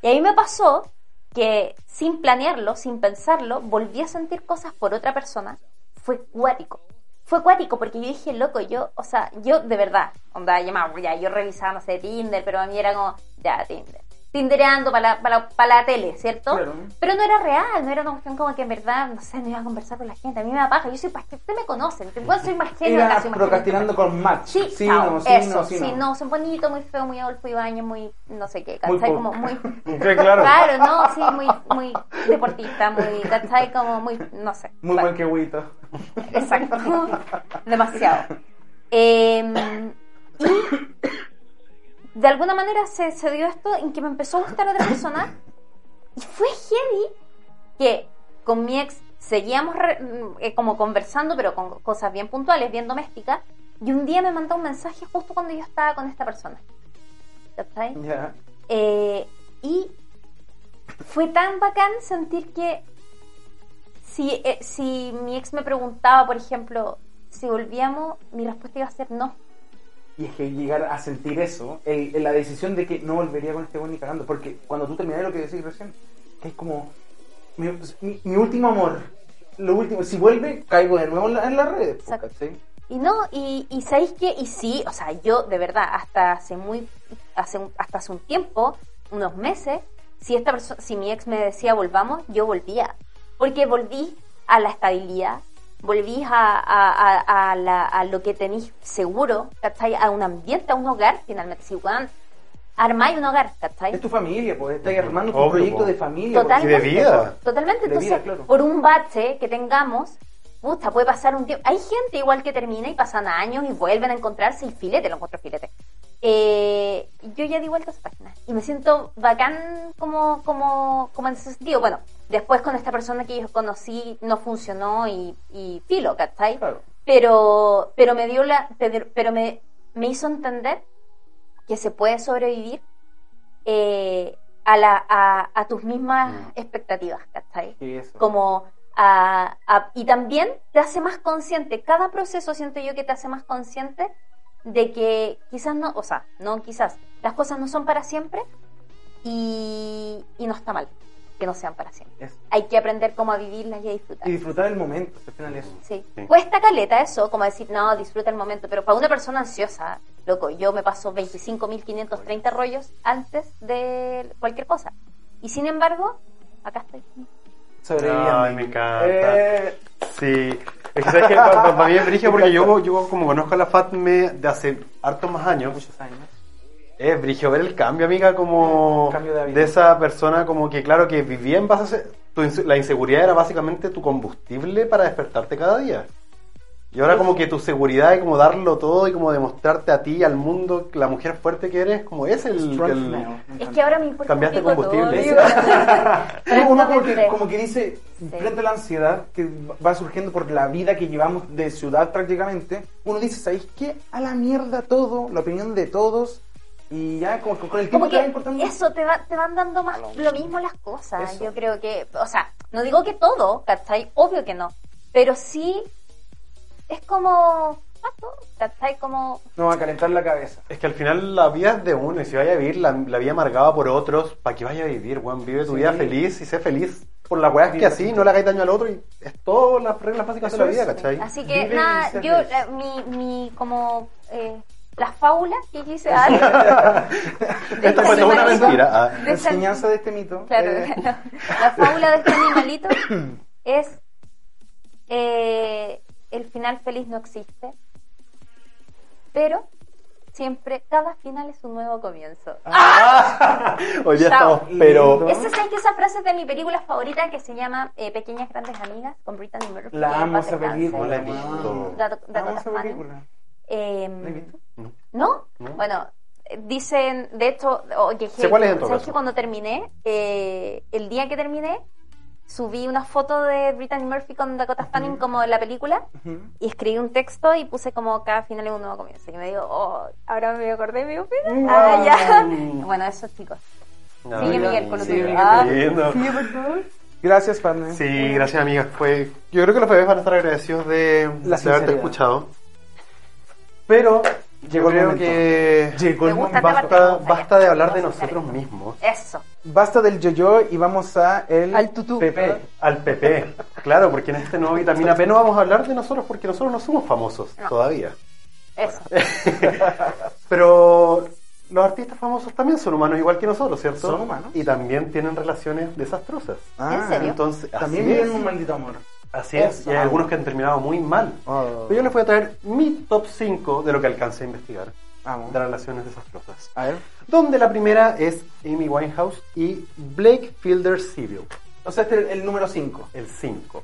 Y ahí me pasó que sin planearlo, sin pensarlo, volví a sentir cosas por otra persona. Fue cuático. Fue cuático porque yo dije, loco, yo, o sea, yo de verdad, onda, ya, me aburría, yo revisaba, no sé, Tinder, pero a mí era como, ya, Tinder. Tindereando para la, pa' la- pa' la tele, ¿cierto? Claro. Pero no era real, no era una cuestión como que en verdad, no sé, no iba a conversar con la gente, a mí me da paja, yo soy paja, ustedes me conocen, igual soy más genio, Era soy más procrastinando con match. Ah, Sí, chao, eso, sí, no. son bonitos, muy feos, muy Adolfo Ibañez, muy no sé qué, Muy ¿cachai? [laughs] pop. Como muy... Sí, claro. Claro, no, sí, muy, muy deportista, muy, ¿cachai? Como muy, no sé. Muy Bueno, buen quehuito. Exacto. Demasiado. Eh, y de alguna manera se, se dio esto en que me empezó a gustar otra persona y fue heavy que con mi ex seguíamos re- mm, eh, como conversando, pero con cosas bien puntuales, bien domésticas. Y un día me mandó un mensaje justo cuando yo estaba con esta persona. ¿Cachai? [laughs] Ya. Eh, y fue tan bacán sentir que si, eh, si mi ex me preguntaba, por ejemplo, si volvíamos, mi respuesta iba a ser no. Y es que llegar a sentir eso, el- el- la decisión de que no volvería con este buen ni cagando. Porque cuando tú terminas lo que decís recién, que es como mi, mi- mi último amor, lo último, si vuelve, caigo de nuevo en, la- en las redes. po, Exacto. ¿cachai? Y no, y, y sabéis que, y sí, o sea, yo de verdad, hasta hace muy, hace un- hasta hace un tiempo, unos meses, si esta persona, si mi ex me decía volvamos, yo volvía. Porque volví a la estabilidad, volví a, a- a- a la- a lo que tenéis seguro, ¿cachai? A un ambiente, a un hogar, finalmente. Si weón, armáis un hogar, ¿cachai? Es tu familia, pues estás armando tu Obvio, proyecto po. de familia. pues. porque- Totalmente. Y de vida. Totalmente. De Entonces, vida, claro. por un bache que tengamos, puta, puede pasar un tiempo. Hay gente igual que termina y pasan años y vuelven a encontrarse y filete, lo encuentro filete. Eh, yo ya di vuelta a esa página y me siento bacán como, como, como en ese sentido. Bueno, después con esta persona que yo conocí no funcionó y, y filo, ¿cachai? Claro. Pero, pero me dio la, pero, pero me, me hizo entender que se puede sobrevivir eh, a, la, a, a tus mismas expectativas, ¿cachai? Y eso. Como a- a- y también te hace más consciente, cada proceso siento yo que te hace más consciente de que quizás no, o sea, no quizás, las cosas no son para siempre y, y no está mal que no sean para siempre. Es- Hay que aprender cómo a vivirlas y a disfrutar. y disfrutar el momento, al final eso. Sí. Sí. Cuesta caleta eso, como decir, no, disfruta el momento, pero para una persona ansiosa, loco, yo me paso 25.530 rollos antes de cualquier cosa. Y sin embargo, acá estoy. Sobreviviendo. Ay, me encanta. Eh, Sí. Es que sabes que para, mí es brígido porque yo, yo como conozco a la Fatme de hace hartos más años, muchos años. es brígido ver el cambio, amiga, como Cambio de de, hábito. esa persona como que claro que vivía en base a ese- tu inse- la inseguridad era básicamente tu combustible para despertarte cada día. Y ahora como que tu seguridad y como darlo todo y como demostrarte a ti, y al mundo, la mujer fuerte que eres, como es el, Strong el- female, me Es encanta. que ahora me importa Cambiaste un pico combustible. todo. [laughs] Uno- uno como que, Exactamente. como que dice, frente a la ansiedad que va surgiendo por la vida que llevamos de ciudad prácticamente, uno dice, ¿sabéis qué? A la mierda todo, la opinión de todos, y ya como que con el tiempo Como te va que importando. eso te, va, te van dando más lo mismo las cosas. Eso. Yo creo que, o sea, no digo que todo, ¿cachai? Obvio que no. Pero sí es como, ah, todo, ¿cachai? Como No va a calentar la cabeza. Es que al final la vida es de uno y si vaya a vivir la, la vida amargada por otros, ¿para qué vaya a vivir, Juan? Vive tu Sí. vida feliz y sé feliz por la weá que así, no le hagáis daño al otro y es todas las reglas básicas Eso de la vida, es. ¿cachai? Así que Vive y nada, ser yo, feliz. eh, mi, mi, como, eh, las fábulas que quise [laughs] dar. de Esto fue este toda una animalito, mentira. ah. de La este- enseñanza de este mito. Claro, [laughs] eh, la fábula de este [coughs] animalito es eh, el final feliz no existe, pero siempre cada final es un nuevo comienzo. Ah. Ah, Hoy día Chao. estamos, pero... Esa es, que esa frase es de mi película favorita que se llama eh, Pequeñas Grandes Amigas con Brittany Murphy. La amo Paz esa descanse. No película. la he visto. Da- da- Amo da- esa da- película. Eh, ¿La he visto? ¿No? No. Bueno, eh, dicen, de hecho, oye, Sé cuál es en todo ¿sabes caso. que cuando terminé, eh, el día que terminé, subí una foto de Brittany Murphy con Dakota Fanning como en la película Ujú. y escribí un texto y puse como cada final es un nuevo comienzo. Y me digo, oh, ahora me acordé, me digo, mira, ah, ya. [laughs] Bueno, eso chicos. No, Sigue ya. Miguel con lo Sí, tuyo. qué Ah. lindo. Sí, por favor. Gracias, Padme. Sí, gracias amigas. Fue... Yo creo que los bebés van a estar agradecidos de, de La haberte sinceridad. escuchado. Pero Llegó el creo momento. que Llegó el Me gusta momento. esta parte, me basta, gusta, basta de ya. hablar de Vamos a sacar nosotros esto. mismos. Eso. Basta del yo-yo y vamos a el Al tutú. Pepe. Al PP, claro, porque en este nuevo Vitamina P no vamos a hablar de nosotros porque nosotros no somos famosos No. todavía. Eso. Pero los artistas famosos también son humanos igual que nosotros, ¿cierto? Son humanos. Y también tienen relaciones desastrosas. Ah, serio? Entonces, También así viven es. un maldito amor. Así es. Eso. Y hay algunos que han terminado muy mal. Oh. Pero yo les voy a traer mi top 5 de lo que alcancé a investigar Vamos. de relaciones desastrosas. A ver. Donde la primera es Amy Winehouse y Blake Fielder Civil. O sea, este es el, el número 5. El 5.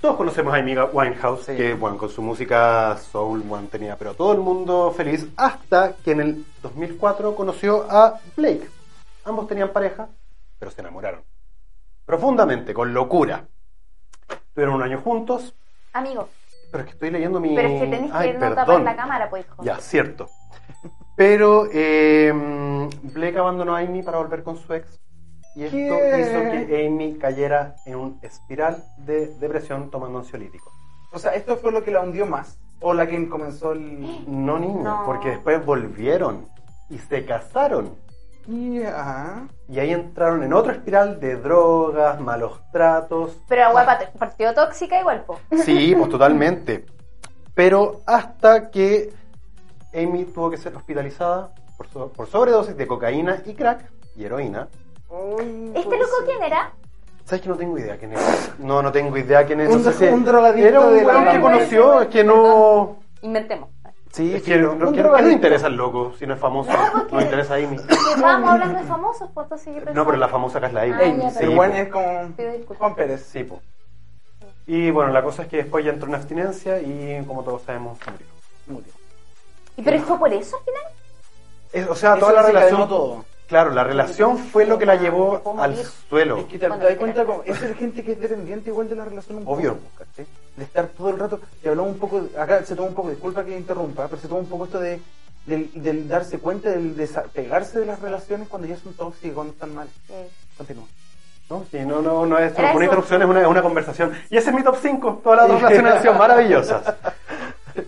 Todos conocemos a Amy Winehouse, Sí. que bueno, con su música soul bueno, tenía pero a todo el mundo feliz, hasta que en el 2004 conoció a Blake. Ambos tenían pareja, pero se enamoraron. Profundamente, con locura. Estuvieron un año juntos, Amigo, pero es que estoy leyendo mi... pero es que tenés que Eh, Ay, no tapar perdón. la cámara, pues, hijo. Ya, cierto. [laughs] Pero eh, Blake abandonó a Amy para volver con su ex. Y esto ¿Qué? hizo que Amy cayera en un espiral de depresión tomando ansiolíticos. O sea, esto fue lo que la hundió más. O la que comenzó el. No, niño, No. porque después volvieron y se casaron. Ya. Y ahí entraron en otra espiral de drogas, malos tratos. Pero la guapa te- partió tóxica igual, po. Sí, pues totalmente. Pero hasta que Amy tuvo que ser hospitalizada por, so- por sobredosis de cocaína y crack y heroína. pues ¿Este loco Pues quién era? ¿Sabes que no tengo idea quién es? No, no tengo idea quién es. Un- No sé si- un drogadicto Era un de la weón que Rambla. conoció, es que no. Inventemos. Sí, Es que no, no- un ¿qué- qué drogadicto. nos interesa el loco si no es famoso? No interesa a Amy. Estábamos hablando de famosos, pues entonces yo pensaba- No, pero la famosa acá es la Amy. pues. Ah, ya, Amy, Sí, el po. buen es como. Pido disculpas. Juan Pérez. Sí, po. Y bueno, la cosa es que después ya entró en abstinencia y como todos sabemos, murió. Murió. ¿Y pero fue por eso al final? Es- o sea, Ah, toda Eso la desencadenó relación. todo. Claro, la relación fue lo que la llevó ¿Cómo al morir? suelo. Es que te, Bueno, te das literal. cuenta como esa es gente que es dependiente igual de la relación un Obvio. poco, ¿cachai? De estar todo el rato, y hablamos un poco, acá se toma un poco, disculpa que interrumpa, pero se toma un poco esto de del, del darse cuenta, del desapegarse de las relaciones cuando ya son tóxicas, cuando están mal. Continúa. No, sí, no, no, no es Era una eso. interrupción, es una, es una conversación. Y ese es mi top 5. Todas las dos relaciones han sido maravillosas.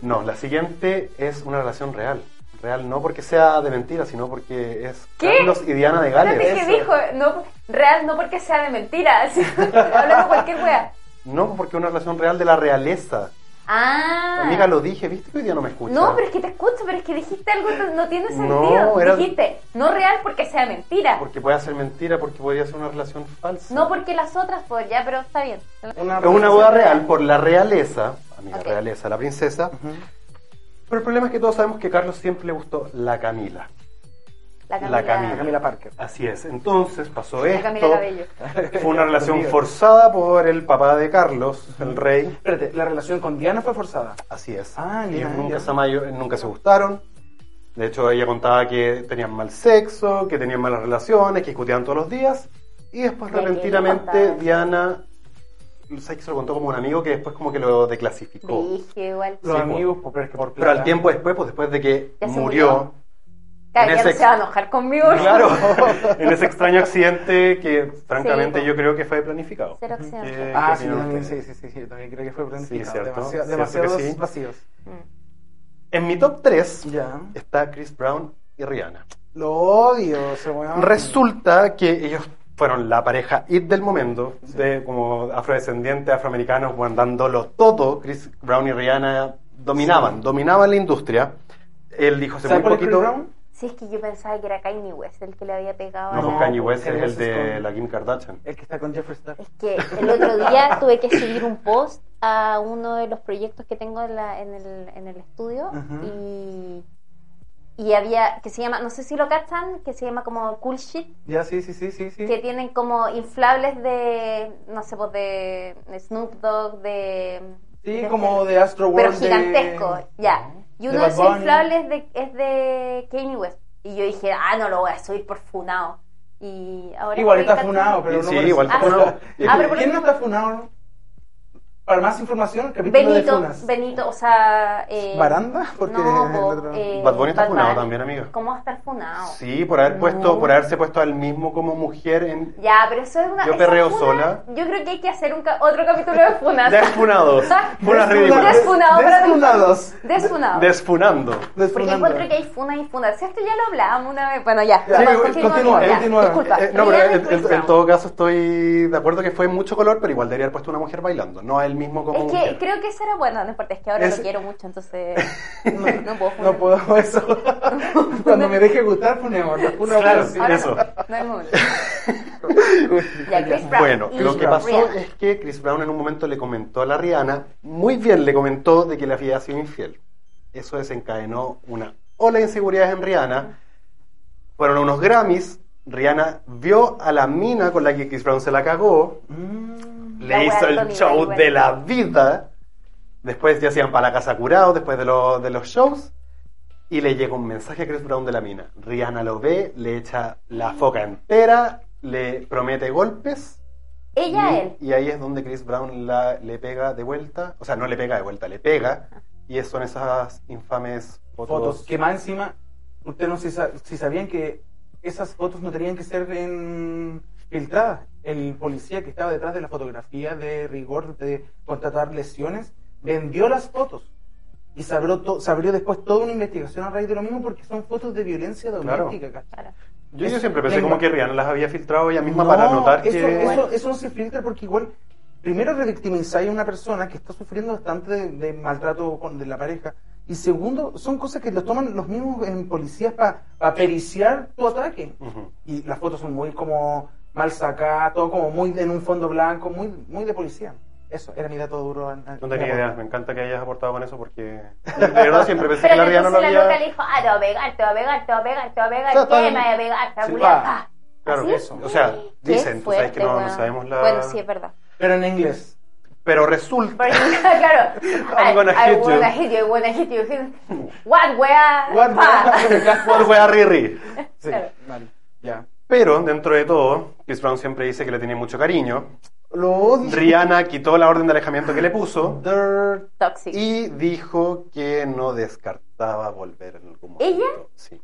No, la siguiente es una relación real. Real no porque sea de mentira, sino porque es ¿Qué? Carlos y Diana de Gales. Espérate que Eso. dijo, no, real, no porque sea de mentira, [laughs] así, hablando cualquier wea. No, porque es una relación real de la realeza. Ah. Amiga, lo dije, ¿viste que hoy día no me escucha? No, pero es que te escucho, pero es que dijiste algo que no tiene No, sentido. era- Dijiste, no real porque sea mentira. Porque puede ser mentira, porque podría ser una relación falsa. No porque las otras, pues ya, pero está bien. Una, Es una boda real por la realeza, amiga Ok. realeza, la princesa. Pero el problema es que todos sabemos que a Carlos siempre le gustó la Camila. La La Camila. Camila, Camila Parker. Así es. Entonces pasó la Camila esto. Cabello. [laughs] Fue una relación Perdido. forzada por el papá de Carlos, el rey. Espérate, la relación con Diana fue forzada. Así es. Ah, Ellos ya, nunca, ya. se ama- ellos nunca se gustaron. De hecho, ella contaba que tenían mal sexo, que tenían malas relaciones, que discutían todos los días. Y después, Ya, que repentinamente, contaba. Diana. ¿Sabes que se lo contó como un amigo que después, como que lo declasificó? Dije igual. Los Sí, amigos, por, pero es que por Pero al plata. tiempo después, pues después de que Ya se murió, Claro, en ya no ese- se va a enojar conmigo. [laughs] claro, en ese extraño accidente que francamente pues. yo creo que fue planificado. Cero acción. Eh, Ah, ¿qué sí, opinan también, sí, ustedes? sí, sí, sí, también creo que fue planificado. cierto, Demasi- cierto demasiados que sí. vacíos. Mm. En mi top 3 Ya. está Chris Brown y Rihanna. Lo odio, ese weón. Resulta que ellos fueron la pareja hit del momento, de como afrodescendientes, afroamericanos, bueno, dándolo todo. Chris Brown y Rihanna dominaban, dominaban la industria. Él dijo hace muy ¿Sabes cuál es Chris poquito. Brown? Si es que yo pensaba que era Kanye West el que le había pegado a No, la- Kanye West Kanye es el West es de con- la Kim Kardashian. El que está con Jeffree Star. Es que el otro día tuve que subir un post a uno de los proyectos que tengo en, la- en el, en el estudio Ajá. y, y había, que se llama, no sé si lo cachan, que se llama como Cool Shit, Ya, sí, sí, sí, sí, sí. que tienen como inflables de, no sé, pues de Snoop Dogg, de... este, Sí, como de Astro Pero World. de- gigantesco, ya. Y de uno de Bad esos Bunny. inflables de- es de Kanye West. Y yo dije, ah, no lo voy a subir por funado. Y ahora Igual estoy está cachando- funado, pero no Sí, parece- igual está funado. Ah, pero por ¿Quién no ejemplo- está funado? Para más información, capítulo de Benito, funas. Benito, o sea... eh, ¿Baranda? Porque- no, po, eh, Bad Bunny está Bad funado Bunny. también, amiga. ¿Cómo va a estar Ah. funado? Sí, por haber puesto, No. por haberse puesto al mismo como mujer en. Ya, pero eso es una... Yo esa perreo funa- sola. Yo creo que hay que hacer un ca- otro capítulo de funas. Ya esfunados. Funas ridículas. Desfunado, pero- Desfunados. Desfunado. Desfunando. Porque Desfunando. encuentro que hay funas y funas. Si esto ya lo hablábamos una vez. Bueno, ya. Ya, Va, sí, continúa, ya, continúa. Disculpa. Eh, no, pero Rihanna y en, Chris en- Brown. en todo caso estoy de acuerdo que fue mucho color, pero igual debería haber puesto una mujer bailando, no a él mismo como Es mujer. que creo que eso era bueno, no importa, es que ahora Es- lo quiero mucho, entonces [laughs] no, no puedo funar. No puedo eso. [laughs] Cuando me deje gustar, pues, funemos. La funa Claro, fue así. Ahora [laughs] eso. no, no hay momento. Ya, Chris Brown. Ah. Bueno, y lo que pasó Rihanna. es que Chris Brown en un momento le comentó a la Rihanna, muy bien le comentó de que le había sido infiel. Eso desencadenó una ola de inseguridades en Rihanna. Fueron a unos Grammys, Rihanna vio a la mina con la que Chris Brown se la cagó, Mm. le La wea hizo de el Tony show Bennett. de la vida. Después ya se iban para la casa curado, después de, lo- de los shows. Y le llega un mensaje a Chris Brown de la mina. Rihanna lo ve, le echa la foca entera, le promete golpes Ella y, a él. Y ahí es donde Chris Brown la, le pega de vuelta. O sea, no le pega de vuelta, le pega. Y es- son esas infames fotos. fotos. Que más encima, ustedes no sé sa- si sabían que esas fotos no tenían que ser en- filtradas. El policía que estaba detrás de la fotografía de rigor de contratar lesiones vendió las fotos. Y se abrió, to- se abrió después toda una investigación a raíz de lo mismo porque son fotos de violencia Claro. doméstica. ¿cachai? Claro. Yo, yo es- siempre pensé tengo- como que Rihanna las había filtrado ella misma para notar eso, que. Eso, eso no se filtra porque igual, primero revictimizáis a una persona que está sufriendo bastante de, de maltrato con, de la pareja. Y segundo, son cosas que los toman los mismos em, policías para periciar tu ataque. Ujú. Y las fotos son muy como mal sacadas, todo como muy en un fondo blanco, muy, muy de policía. Eso, era mi dato duro. en- en- No tenía en- idea, me encanta que hayas aportado con eso porque de verdad siempre pensé Pero que la Rihanna entonces lo la loca había. le dijo, ah, te voy a pegar, te voy a pegar, te voy a pegar, te voy a pegar, O sea, ¿qué todo- me voy a pegar? Te voy a Sí, culiar, va. ah". Claro, ¿Así? eso. O sea, Qué dicen, tú sabes que no, no fuerte, sabemos la. Bueno, sí, [laughs] es verdad. Pero en inglés. Pero resulta. Porque, [laughs] claro, I'm gonna I- I hit you. wanna hit you, I wanna hit you. What, wea? What, wea? Por wea, Riri. Sí, Claro. vale, ya. Pero dentro de todo, Chris Brown siempre dice que le tiene mucho cariño. Lo odio. Rihanna quitó la orden de alejamiento que le puso Dirt. Tóxico. y dijo que no descartaba volver en algún momento. ¿Ella? Sí.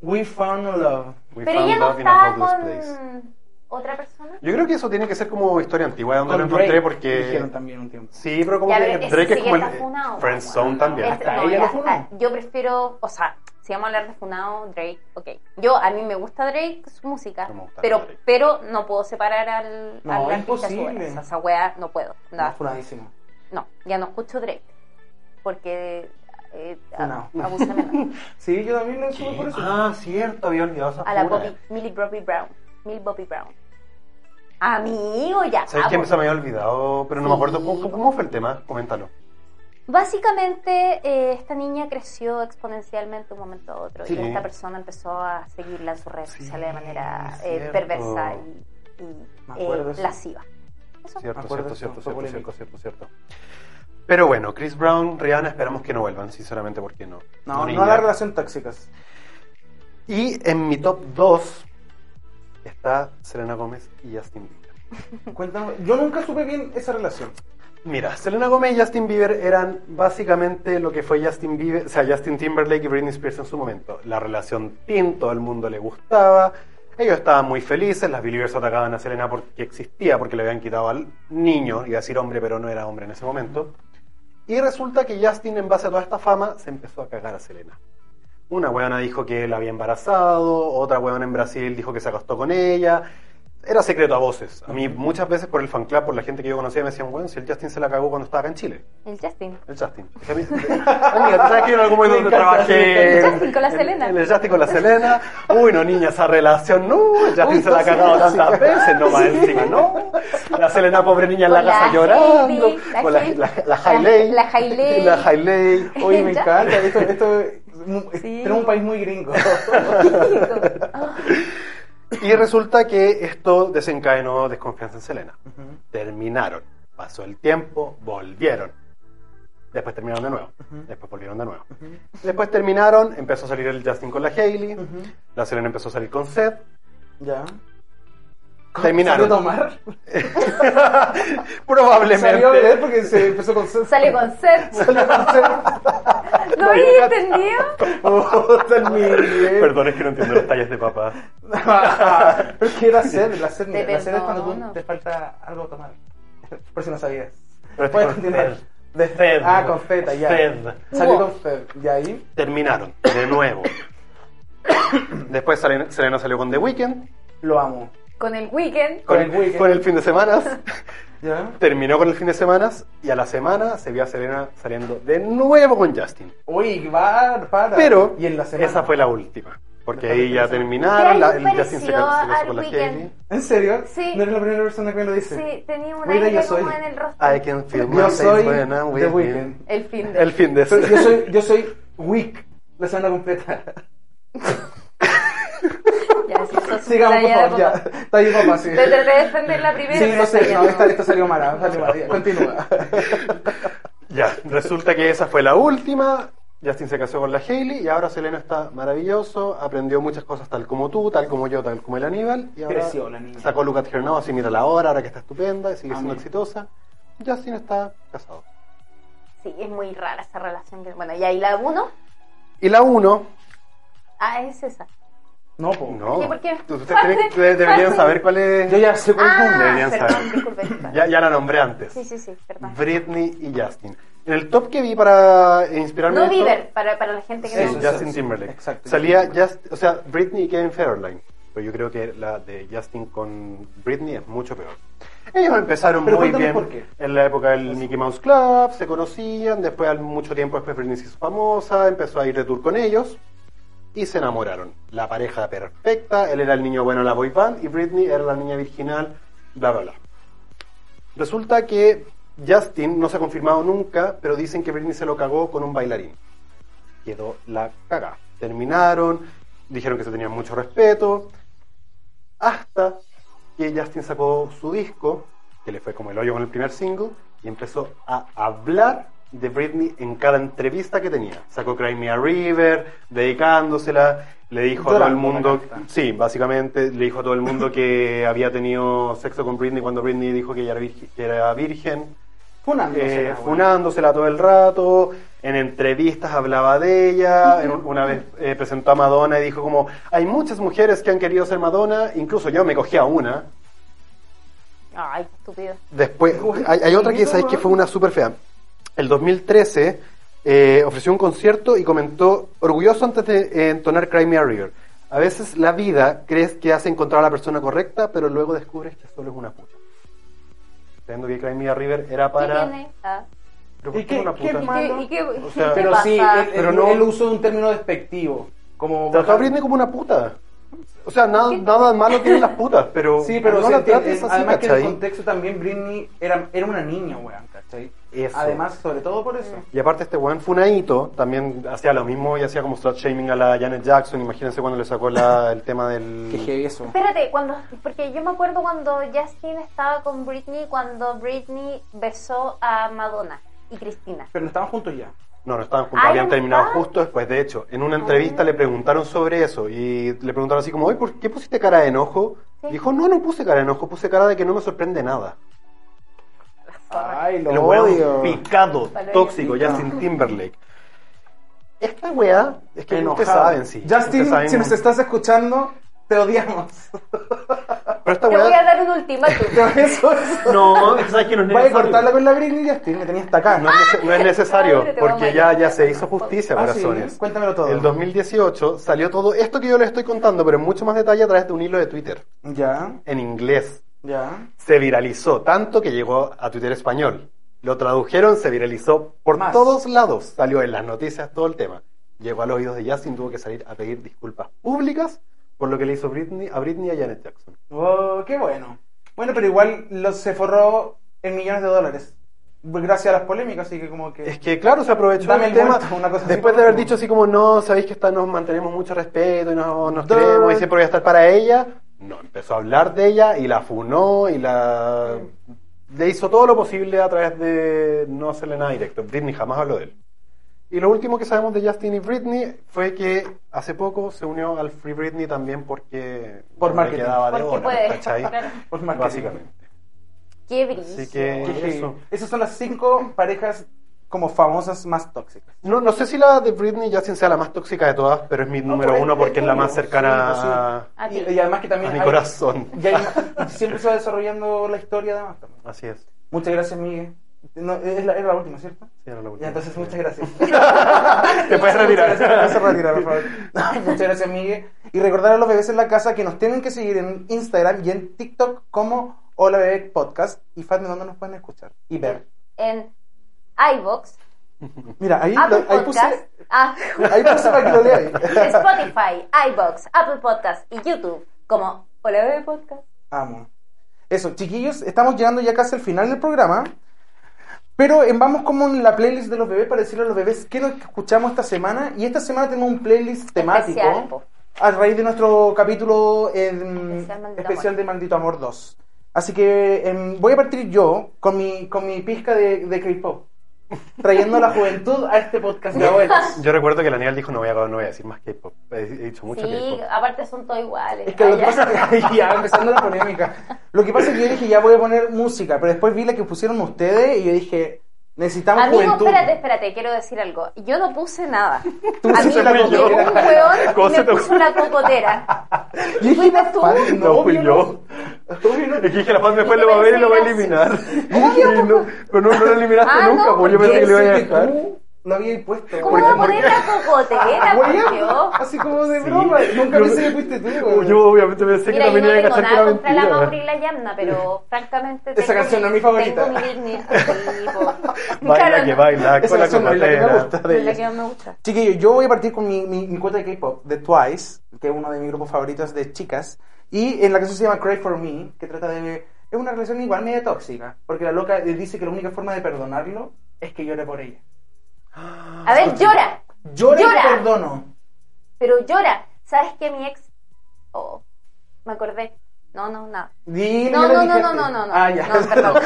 We found love. We Pero found ella no love in a estaba hopeless place. con otra persona. Yo creo que eso tiene que ser como historia antigua, donde lo Con encontré Drake, porque... Dijeron también un tiempo. Sí, pero como Ya, que pero ese Drake sí es como el que está funado, Friendzone bueno, también. Ya, Es- hasta no, ella ya, lo funó. ah, yo prefiero, o sea, si vamos a hablar de funado, Drake, ok. Yo, a mí me gusta Drake, su música, No me gusta pero Drake. pero no puedo separar al, No, al artista a su imposible. vez. O sea, esa wea no puedo. No, nada. funadísimo. No, ya no escucho Drake, porque eh, Funado. a- [laughs] abusa menos. Sí, yo también lo subo por eso. Ah, cierto, había olvidado esa A la Bobby, Millie Bobby Brown, Millie Bobby Brown. Amigo, ya. ¿Sabes qué? vamos. Se me había olvidado, pero no me acuerdo. ¿Cómo, cómo fue el tema? Coméntalo. Ah, Básicamente, eh, esta niña creció exponencialmente de un momento a otro Sí. y esta persona empezó a seguirla en sus redes sociales de manera es eh, cierto. perversa y, y, Me eh, acuerdo eso. lasciva. Eso. Cierto, Me cierto, acuerdo de cierto, eso, cierto, fue cierto, cierto, cierto. Pero bueno, Chris Brown, Rihanna, esperamos que no vuelvan, sinceramente, porque no. No, no niña. a la relación tóxicas. Y en mi top 2 está Selena Gómez y Justin Bieber. Cuéntanos, yo nunca supe bien [laughs] esa relación. Mira, Selena Gómez y Justin Bieber eran básicamente lo que fue Justin Bieber, o sea, Justin Timberlake y Britney Spears en su momento. La relación teen, todo el mundo le gustaba. Ellos estaban muy felices, las Believers atacaban a Selena porque existía, porque le habían quitado al niño, iba a decir hombre, pero no era hombre en ese momento. Y resulta que Justin, en base a toda esta fama, se empezó a cagar a Selena. Una weona dijo que la había embarazado, otra weona en Brasil dijo que se acostó con ella. Era secreto a voces. A mí muchas veces por el fan club, por la gente que yo conocía, me decían, bueno, si el Justin se la cagó cuando estaba acá en Chile. El Justin. El Justin. Es que [laughs] a mí- Amiga, tú sabes que yo en algún momento Me encanta, trabajé... El en- Justin con la en- Selena. en el Justin con la Selena. Uy, no, niña, esa relación, no. El Justin Uy, se la ha sí, cagado sí. tantas veces, no más encima, no. La Selena, pobre niña, en la Con la casa Hailey, llorando. la con la, Hailey. la, la Hailey. La- la Hailey. La Hailey. Oye, me Ya. encanta, esto, esto es mu- es- Sí. tenemos un país muy [laughs] gringo. Y resulta que esto desencadenó desconfianza en Selena. Terminaron. Pasó el tiempo, volvieron. Después terminaron de nuevo. Después volvieron de nuevo. Después terminaron, empezó a salir el Justin con la Hailey. La Selena empezó a salir con Seth. ya. Terminaron. ¿Salió a tomar? [laughs] Probablemente. Salió a beber porque se empezó con sed. Sale con Seth. [laughs] Salió con [laughs] sed. ¿No [laughs] había entendido? Oh, Puta, el Miguel. Perdón, es que no entiendo las tallas de papá. Pero es que era sed, la sed, mira, Te la sed es cuando tú perdono. te falta algo a tomar. Por si no sabías. Pero Puedes con continuar. Fed. De Fed. Ah, con feta, ya. Fed. Salió Wow. con fed. Y ahí, Terminaron, de [coughs] nuevo. Después Selena Selena salió con The Weeknd. lo amo. Con el Weekend. Con, Con el Weeknd. con el fin de semana. ¿Ya? Terminó con el fin de semana y a la semana se vio a Selena saliendo de nuevo con Justin. Uy, va, para. Pero Y en la semana. esa fue la última. Porque Después ahí de ya la semana. terminaron, Ah, la- Pero ahí el Justin se pareció casó- se casó al con la Weeknd. Hailey. ¿En serio? Sí. No eres la primera persona que me lo dice. Sí, tenía un Mira, yo aire soy- como en el rostro. I can feel my Yo face soy when I'm with The you. Weeknd. El fin de. Ah, El fin de Pero yo soy, yo soy weak. La semana [laughs] completa. Ya, sí, eso es Sigamos, por talla de favor, ya. papá. Está ahí, papá, sí. Te traté de defender la primera. Sí, pero no esta sé, ya no, esta, esta salió Ah, [laughs] mala, salió mala. ya. Continúa. Ya, resulta que esa fue la última. Justin se casó con la Hailey y ahora Selena está maravilloso, aprendió muchas cosas tal como tú, tal como yo, tal como el Aníbal. Y ahora Creció la niña. Sacó Look at Her Now, así mira la hora, ahora que está estupenda y sigue siendo Amén. exitosa. Justin está casado. Sí, es muy rara esa relación. que- Bueno, y ahí la uno. Y la 1, Ah, es esa. No, po. no. ¿Y por qué? Tú- Ustedes tienen- ustedes [laughs] deberían saber cuál es. Yo ya sé cuál Ah, deberían perdón, saber. disculpe, disculpe. Ya, ya la nombré antes. Sí, sí, sí, perdón. Britney y Justin. En el top que vi para inspirarme. No en esto- Bieber, para, para la gente que Sí, Eso, no... ya. Justin eso, Timberlake. exacto. Salía Just- o sea, Britney y Kevin Federline. Pero yo creo que la de Justin con Britney es mucho peor. Ellos empezaron Pero muy cuéntame bien por qué. en la época del Mickey Mouse Club, se conocían, después al mucho tiempo después Britney se hizo famosa, empezó a ir de tour con ellos y se enamoraron. La pareja perfecta, él era el niño bueno en la boy band y Britney era la niña virginal, bla bla bla. Resulta que Justin no se ha confirmado nunca, pero dicen que Britney se lo cagó con un bailarín. Quedó la caga. Terminaron, dijeron que se tenían mucho respeto, hasta que Justin sacó su disco, que le fue como el hoyo con el primer single, y empezó a hablar de Britney en cada entrevista que tenía. Sacó Cry Me a River, dedicándosela, le dijo a todo el Llorando la mundo, carta. sí, básicamente le dijo a todo el mundo que había tenido sexo con Britney cuando Britney dijo que ella era virgen, que era virgen Ah. Funándose, eh, la wea. funándosela todo el rato, en entrevistas hablaba de ella, en un- una vez eh, presentó a Madonna y dijo como, hay muchas mujeres que han querido ser Madonna, incluso yo me cogí a una. Ay, qué estúpido. Después, hay, hay otra que sabéis que fue una súper fea. El 2013 eh, ofreció un concierto y comentó, orgulloso antes de eh, entonar Cry Me a River, a veces la vida crees que has encontrado a la persona correcta, pero luego descubres que solo es una puta. Sabiendo que Cry Me a River era ¿Y para... tiene? Ah. ¿Pero por ¿Y qué qué- una qué puta? ¿Y más? qué, y qué- [laughs] O sea, qué Pero pasa? sí, el, Pero eh, el- no- el uso de un término despectivo. Como Trató a bajar- Britney como una puta. O sea, nada, ¿Qué? nada malo tienen las [laughs] putas, pero, Sí, pero no se la entiende. trates así, además que en ¿cachai? el contexto también Britney era, era una niña, weón, ¿cachai? Eso. Además, sobre todo por eso. Y aparte este weón Funaito también hacía lo mismo y hacía como slut shaming a la Janet Jackson. Imagínense cuando le sacó [laughs] la- el tema Qué del... heavy eso. Espérate, cuando, porque yo me acuerdo cuando Justin estaba con Britney, cuando Britney besó a Madonna y Cristina. Pero no estaban juntos ya. No, no estaban juntos, Ay, habían ¿no Ah. terminado estaban? justo después. De hecho, en una entrevista le preguntaron sobre eso y le preguntaron así como, oye, ¿por qué pusiste cara de enojo? Sí. Dijo, no, no puse cara de enojo, puse cara de que no me sorprende nada. Ay, El weón picado, Valeria. tóxico, Picado. Justin Timberlake. Esta weá es que Enojado. ustedes saben, sí. Justin, ustedes saben- si nos estás escuchando, te [laughs] odiamos. Pero esta Te voy a weá. dar un [laughs] ultimátum. eso es. No, sabes que no es Vaya a necesario. cortarla con la Britney, Justin, me tenías hasta acá. No es, nece- no es necesario, Madre, te vamos porque a ya, matar. ya se hizo justicia, Ah, corazones. sí, cuéntamelo todo. El 2018 salió todo esto que yo les estoy contando, pero en mucho más detalle a través de un hilo de Twitter, Ya, en inglés. ya. Se viralizó tanto que llegó a Twitter español. Lo tradujeron, se viralizó por Más. todos lados. Salió en las noticias todo el tema. Llegó a los oídos de Justin, tuvo que salir a pedir disculpas públicas por lo que le hizo Britney, a Britney y a Janet Jackson. Oh, qué bueno. Bueno, pero igual lo- se forró en millones de dólares. Gracias a las polémicas, así que como que. Es que claro, se aprovechó Dame el el tema. muerto, una cosa así después por de haber último. dicho así como no, sabéis que está- nos mantenemos mucho respeto y no- nos Duh. queremos y siempre voy a estar para ella. No, empezó a hablar de ella y la funó y la le hizo todo lo posible a través de no hacerle nada directo. Britney jamás habló de él. Y lo último que sabemos de Justin y Britney fue que hace poco se unió al Free Britney también porque Por no le marketing. quedaba de Porque otra, puede, ¿cachai? claro. Por marketing. Básicamente. Qué brillo. Así que Qué heavy. eso. Esas son las cinco parejas como famosas más tóxicas. No, no sé si la de Britney Justin sea la más tóxica de todas, pero es mi número por el- uno porque es la más cercana sí, a, A ti. Y, y además que también. mi hay- corazón. [laughs] [laughs] y hay- siempre se va desarrollando la historia, además. También. Así es. Muchas gracias, Miguel. No, es, la, es la última, ¿cierto? Sí, era la última. Ya, entonces, muchas [laughs] gracias. [laughs] Te puedes retirar. Muchas gracias, te puedes [laughs] retirar, por favor. Muchas gracias, Miguel. Y recordar a los bebés en la casa que nos tienen que seguir en Instagram y en TikTok como Hola Bebé Podcast. Y Fatme, ¿dónde nos pueden escuchar? Y ver. En iVoox, Mira, ahí, Apple ahí puse. Podcast, ah, [laughs] Ahí puse para que lo leáis. Spotify, iVoox, Apple Podcast y YouTube como Hola Bebé Podcast. Amo. Eso, chiquillos, estamos llegando ya casi al final del programa. Pero eh, vamos como en la playlist de los bebés para decirle a los bebés qué es lo que escuchamos esta semana. Y esta semana tenemos un playlist temático Especial, po. a raíz de nuestro capítulo em, Especial Maldito especial Amor. de Maldito Amor 2. Así que em, voy a partir yo con mi, con mi pizca de, de K-pop. trayendo la juventud a este podcast de abuelas. Yo recuerdo que la Aníbal dijo, no voy a, no voy a decir más K-pop. He, he dicho mucho Sí, K-pop. [laughs] aparte son todos iguales. Es que lo que Ah, pasa [laughs] ya. ya empezando la polémica. Lo que pasa es que yo dije, ya voy a poner música, pero después vi la que pusieron ustedes y yo dije, necesitamos Amigo, juventud. espérate, [laughs] espérate, quiero decir algo. Yo no puse nada. Tú A mí pusiste me la llegó cocotera. un [laughs] weón ¿Cómo y se me te puso ocurre? una cocotera. Yo dije, ¿Fuiste la tú? fan, No, fui yo. Obvio [laughs] no. Es que dije, la fan después lo va a ver y lo va a eliminar. [laughs] Y no, pero no, no lo eliminaste Ah, nunca, no, pues yo pensé que lo iba a Pensé que dejar. tú Lo había puesto. ¿Cómo Porque- va a porque- poner la [laughs] cocotera, por Weón, Dios? así como de Sí. broma. Nunca Yo- pensé que fuiste tú, weón. Yo obviamente pensé Mira, que yo también no iba a tengo cachar que era nada contra la mentira. Mauri y la Yamna, [laughs] pero francamente. Esa tengo canción mi- no es mi favorita. Tengo mi [laughs] dignidad. sí, [laughs] po. Baila Claro, que no, baila, Esa con la canción no es la que me cocotera. gusta. no es la que más me gusta. Chiquillos, yo voy a partir con mi, mi, mi cuota de K-pop, de Twice, que es uno de mis grupos favoritos de chicas, y en la canción se llama Cry for Me, que trata de... Es una relación igual media tóxica, porque la loca le dice que la única forma de perdonarlo es que llore por ella. A ver, llora. Ah, Llora, y te Llora. perdono. Pero llora. ¿Sabes qué? Mi ex. Oh, me acordé. No, no, nada. Dile, No, ya lo no, no, dijiste. no, no, no, no. Ah, ya. No, [laughs] perdón.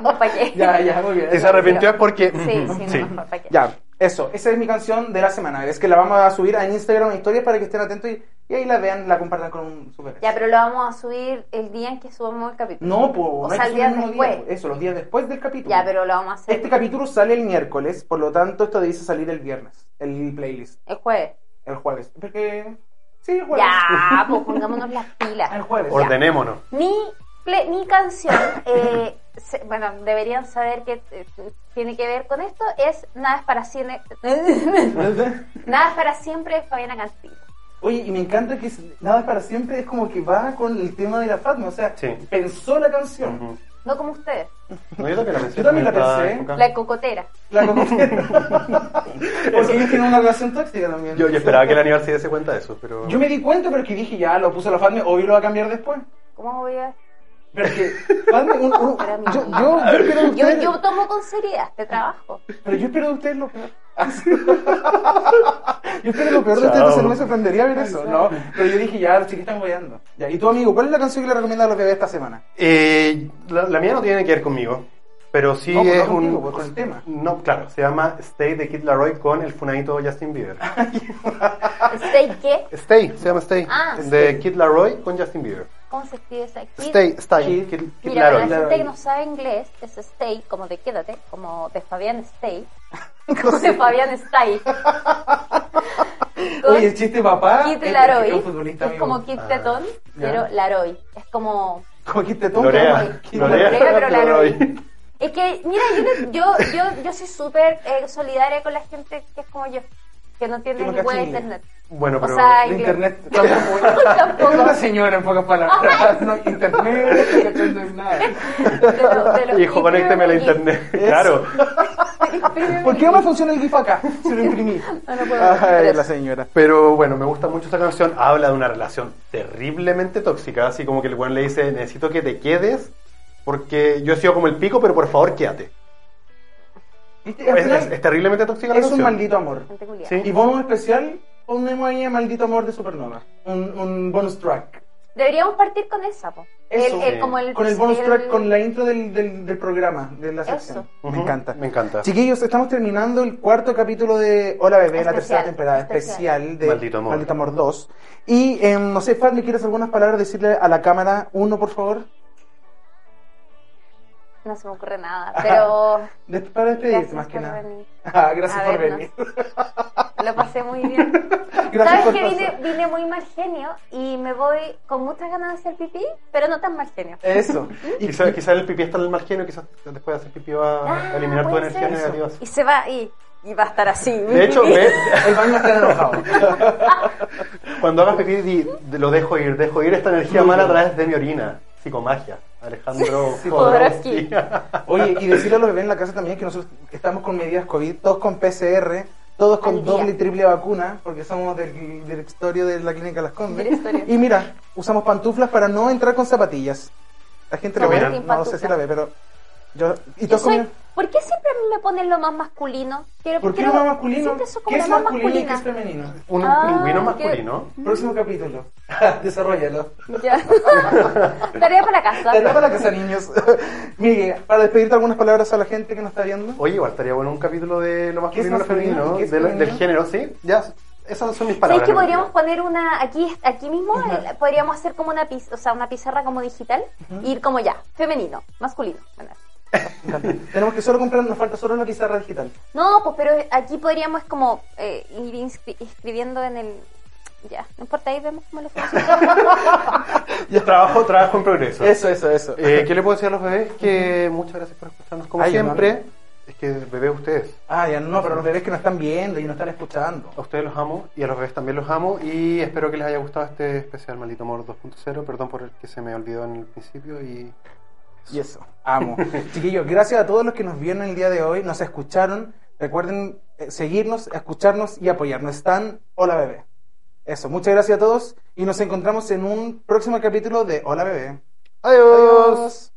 No, ¿para qué? ya, ya, muy bien. Si se arrepintió es porque... Sí, sí, no, Sí. mejor, ¿para qué? Ya, eso. Esa es mi canción de la semana. Es que la vamos a subir en Instagram en historias para que estén atentos y, y ahí la vean, la compartan con un super. Ya, pero lo vamos a subir el día en que subamos el capítulo. No, pues. O sea, el día después. eso, los días después del capítulo. Ya, pero lo vamos a hacer Este capítulo sale el miércoles, por lo tanto, esto dice salir el viernes, el playlist, el jueves. el jueves. Porque. Sí, el jueves. Ya, pues pongámonos las [laughs] El pilas. jueves. Ordenémonos. Mi, ple- mi canción, eh, se- bueno, deberían saber que eh, tiene que ver con esto, es Nada es para siempre. [laughs] Nada es para siempre de Fabiana Castillo. Oye, y me encanta que es- Nada es para siempre es como que va con el tema de la Fatma. O sea, Sí. pensó la canción. Ujú. No como ustedes, No, yo también la pensé. Yo también la en esta pensé. época. la cocotera. La [laughs] Porque ellos tienen una relación tóxica también. Yo, yo esperaba que la Aníbal se diese cuenta de eso, pero... Yo me di cuenta, pero es que dije, ya, lo puso la Fatme, obvio lo va a cambiar después. ¿Cómo voy a.? Pero es que, Fatme, un- un- Pero, amigo. yo, yo, yo espero de Yo, ustedes, yo tomo con seriedad este trabajo. pero yo espero de ustedes lo peor. [laughs] yo espero lo peor de ustedes, Chao. entonces no me sorprendería ver eso, ¿no? Pero yo dije, ya, los chicos están goleando. Ya, y tú, amigo, ¿cuál es la canción que le recomiendas a los bebés esta semana? Eh, la, la mía no tiene que ver conmigo, pero sí No, pues no es contigo, un... pues con el tema. No, claro, se llama Stay de Kid Laroi con el funadito Justin Bieber. ¿Stay qué? [laughs] Stay, se llama Stay. Ah, de Kid Laroi con Justin Bieber. ¿Cómo se escribe esa Kid? Stay, Stay, Kid- Kid, Kid Mira, para Laroi. la gente que no sabe inglés, es stay, como de quédate, como de [laughs] Fabián Stay. Como de Fabián Stay. Con [laughs] Oye, el chiste papá Kit es- Laroy. es un futbolista, Es amigo. Ah, como Kit Tetón, pero Laroy. Es como. Como que te toca. Lorea, Kid Lorea, Lorea, pero Laroi. Es que, mira, yo, yo, yo, yo soy súper eh, solidaria con la gente que es como yo, que no tiene Que no ni cacha web de inglés. internet. Bueno, O pero... sea, De inglés. [laughs] internet tampoco. Tampoco. Es una señora en pocas palabras. [laughs] No, internet, cachón, no es nada. De lo- de [laughs] lo- Hijo, conécteme a la [laughs] y- [laughs] internet. Claro. ¿Por qué no me funciona el GIF acá? Si [laughs] lo imprimí. Ah, No, no puedo. Ay, la señora. Pero bueno, me gusta mucho esa canción. Habla de una relación terriblemente tóxica. Así como que el weón le dice: Necesito que te quedes porque yo he sido como el pico, pero por favor quédate. ¿Viste? Al Es, final, Pues, es- es terriblemente tóxica la es un canción. maldito amor. Gente culiada. Sí. Y bono especial, ponemos ahí a Maldito Amor de Supernova. Un, un bonus track. Deberíamos partir con esa, po. Eso. El- el- Sí. como el, Con el bonus el- track, con la intro del, del, del programa, de la sección. Ujú, Me encanta. Me encanta. Chiquillos, estamos terminando el cuarto capítulo de Hola Bebé, la Especial, tercera temporada especial, especial. de Maldito Amor. 2. Y em, no sé, Fadli, ¿quieres algunas palabras decirle a la cámara? Uno, por favor, No se me ocurre nada, pero. de- para despedirte gracias más que por nada. venir. [laughs] Ah, gracias A por vernos. venir. Lo pasé muy bien. [laughs] Gracias ¿Sabes por que vine, pasar. vine muy mal genio y me voy con muchas ganas de hacer pipí, pero no tan mal genio? Eso. Y, Quizás quizá el pipí está en el mal genio, quizás después de hacer pipí va a Ah, eliminar tu puede energía ser. negativa. Y se va y, y va a estar así. De hecho, ve, el baño está enojado. cuando hagas pipí, di- de- lo dejo ir, dejo ir esta energía mala a través de mi orina. Psicomagia. Alejandro Jodorowsky. Jodorowsky. Oye, y decirle a los bebés en la casa también que nosotros estamos con medidas COVID, todos con PCR, todos con Al día. doble y triple vacuna, porque somos del directorio de la clínica Las Condes. Directorio. Y mira, usamos pantuflas para no entrar con zapatillas. La gente lo Somos ve, sin no sé si la ve, pero yo... Y todos soy- con- ¿Por qué siempre a mí me ponen lo más masculino? Quiero- ¿Por qué quiero- lo más masculino? siento eso como ¿Qué la es más masculino y qué masculina. Mm. es femenino? [laughs] Un Ah, pingüino qué- masculino. Próximo capítulo. [laughs] Desarrollalo. Ya. [laughs] Tarea para la casa. Tarea para la casa, niños. [laughs] Miguel, para despedirte algunas palabras a la gente que nos está viendo. Oye, igual estaría bueno un capítulo de lo ¿Qué masculino y es lo masculino? femenino, ¿Qué es de la- del femenino? género, ¿sí? Ya, esas son mis ¿Sabes palabras. que no podríamos mentiras. poner una aquí aquí mismo eh, podríamos hacer como una piz- o sea, una pizarra como digital y ir como ya, femenino, masculino. Bueno, Tenemos que solo comprar, nos falta solo una pizarra digital. No, pues pero aquí podríamos como eh, ir inscri- inscribiendo en el ya, no importa, ahí vemos cómo lo funciona. Trabajo, trabajo en progreso. Eso, eso, eso. Eh, ¿Qué le puedo decir a los bebés? Que muchas gracias por escucharnos como Ay, siempre. amable. Es que bebés ustedes. Ah, ya no, pero los bebés que nos están viendo y nos están escuchando. A ustedes los amo y a los bebés también los amo y espero que les haya gustado este especial Maldito Amor 2.0. Perdón por el que se me olvidó en el principio y Y eso, [laughs] amo. Chiquillos, gracias a todos los que nos vieron el día de hoy, nos escucharon. Recuerden eh, seguirnos, escucharnos y apoyarnos. Están Hola Bebé. Eso, muchas gracias a todos y nos encontramos en un próximo capítulo de Hola Bebé. adiós. Adiós.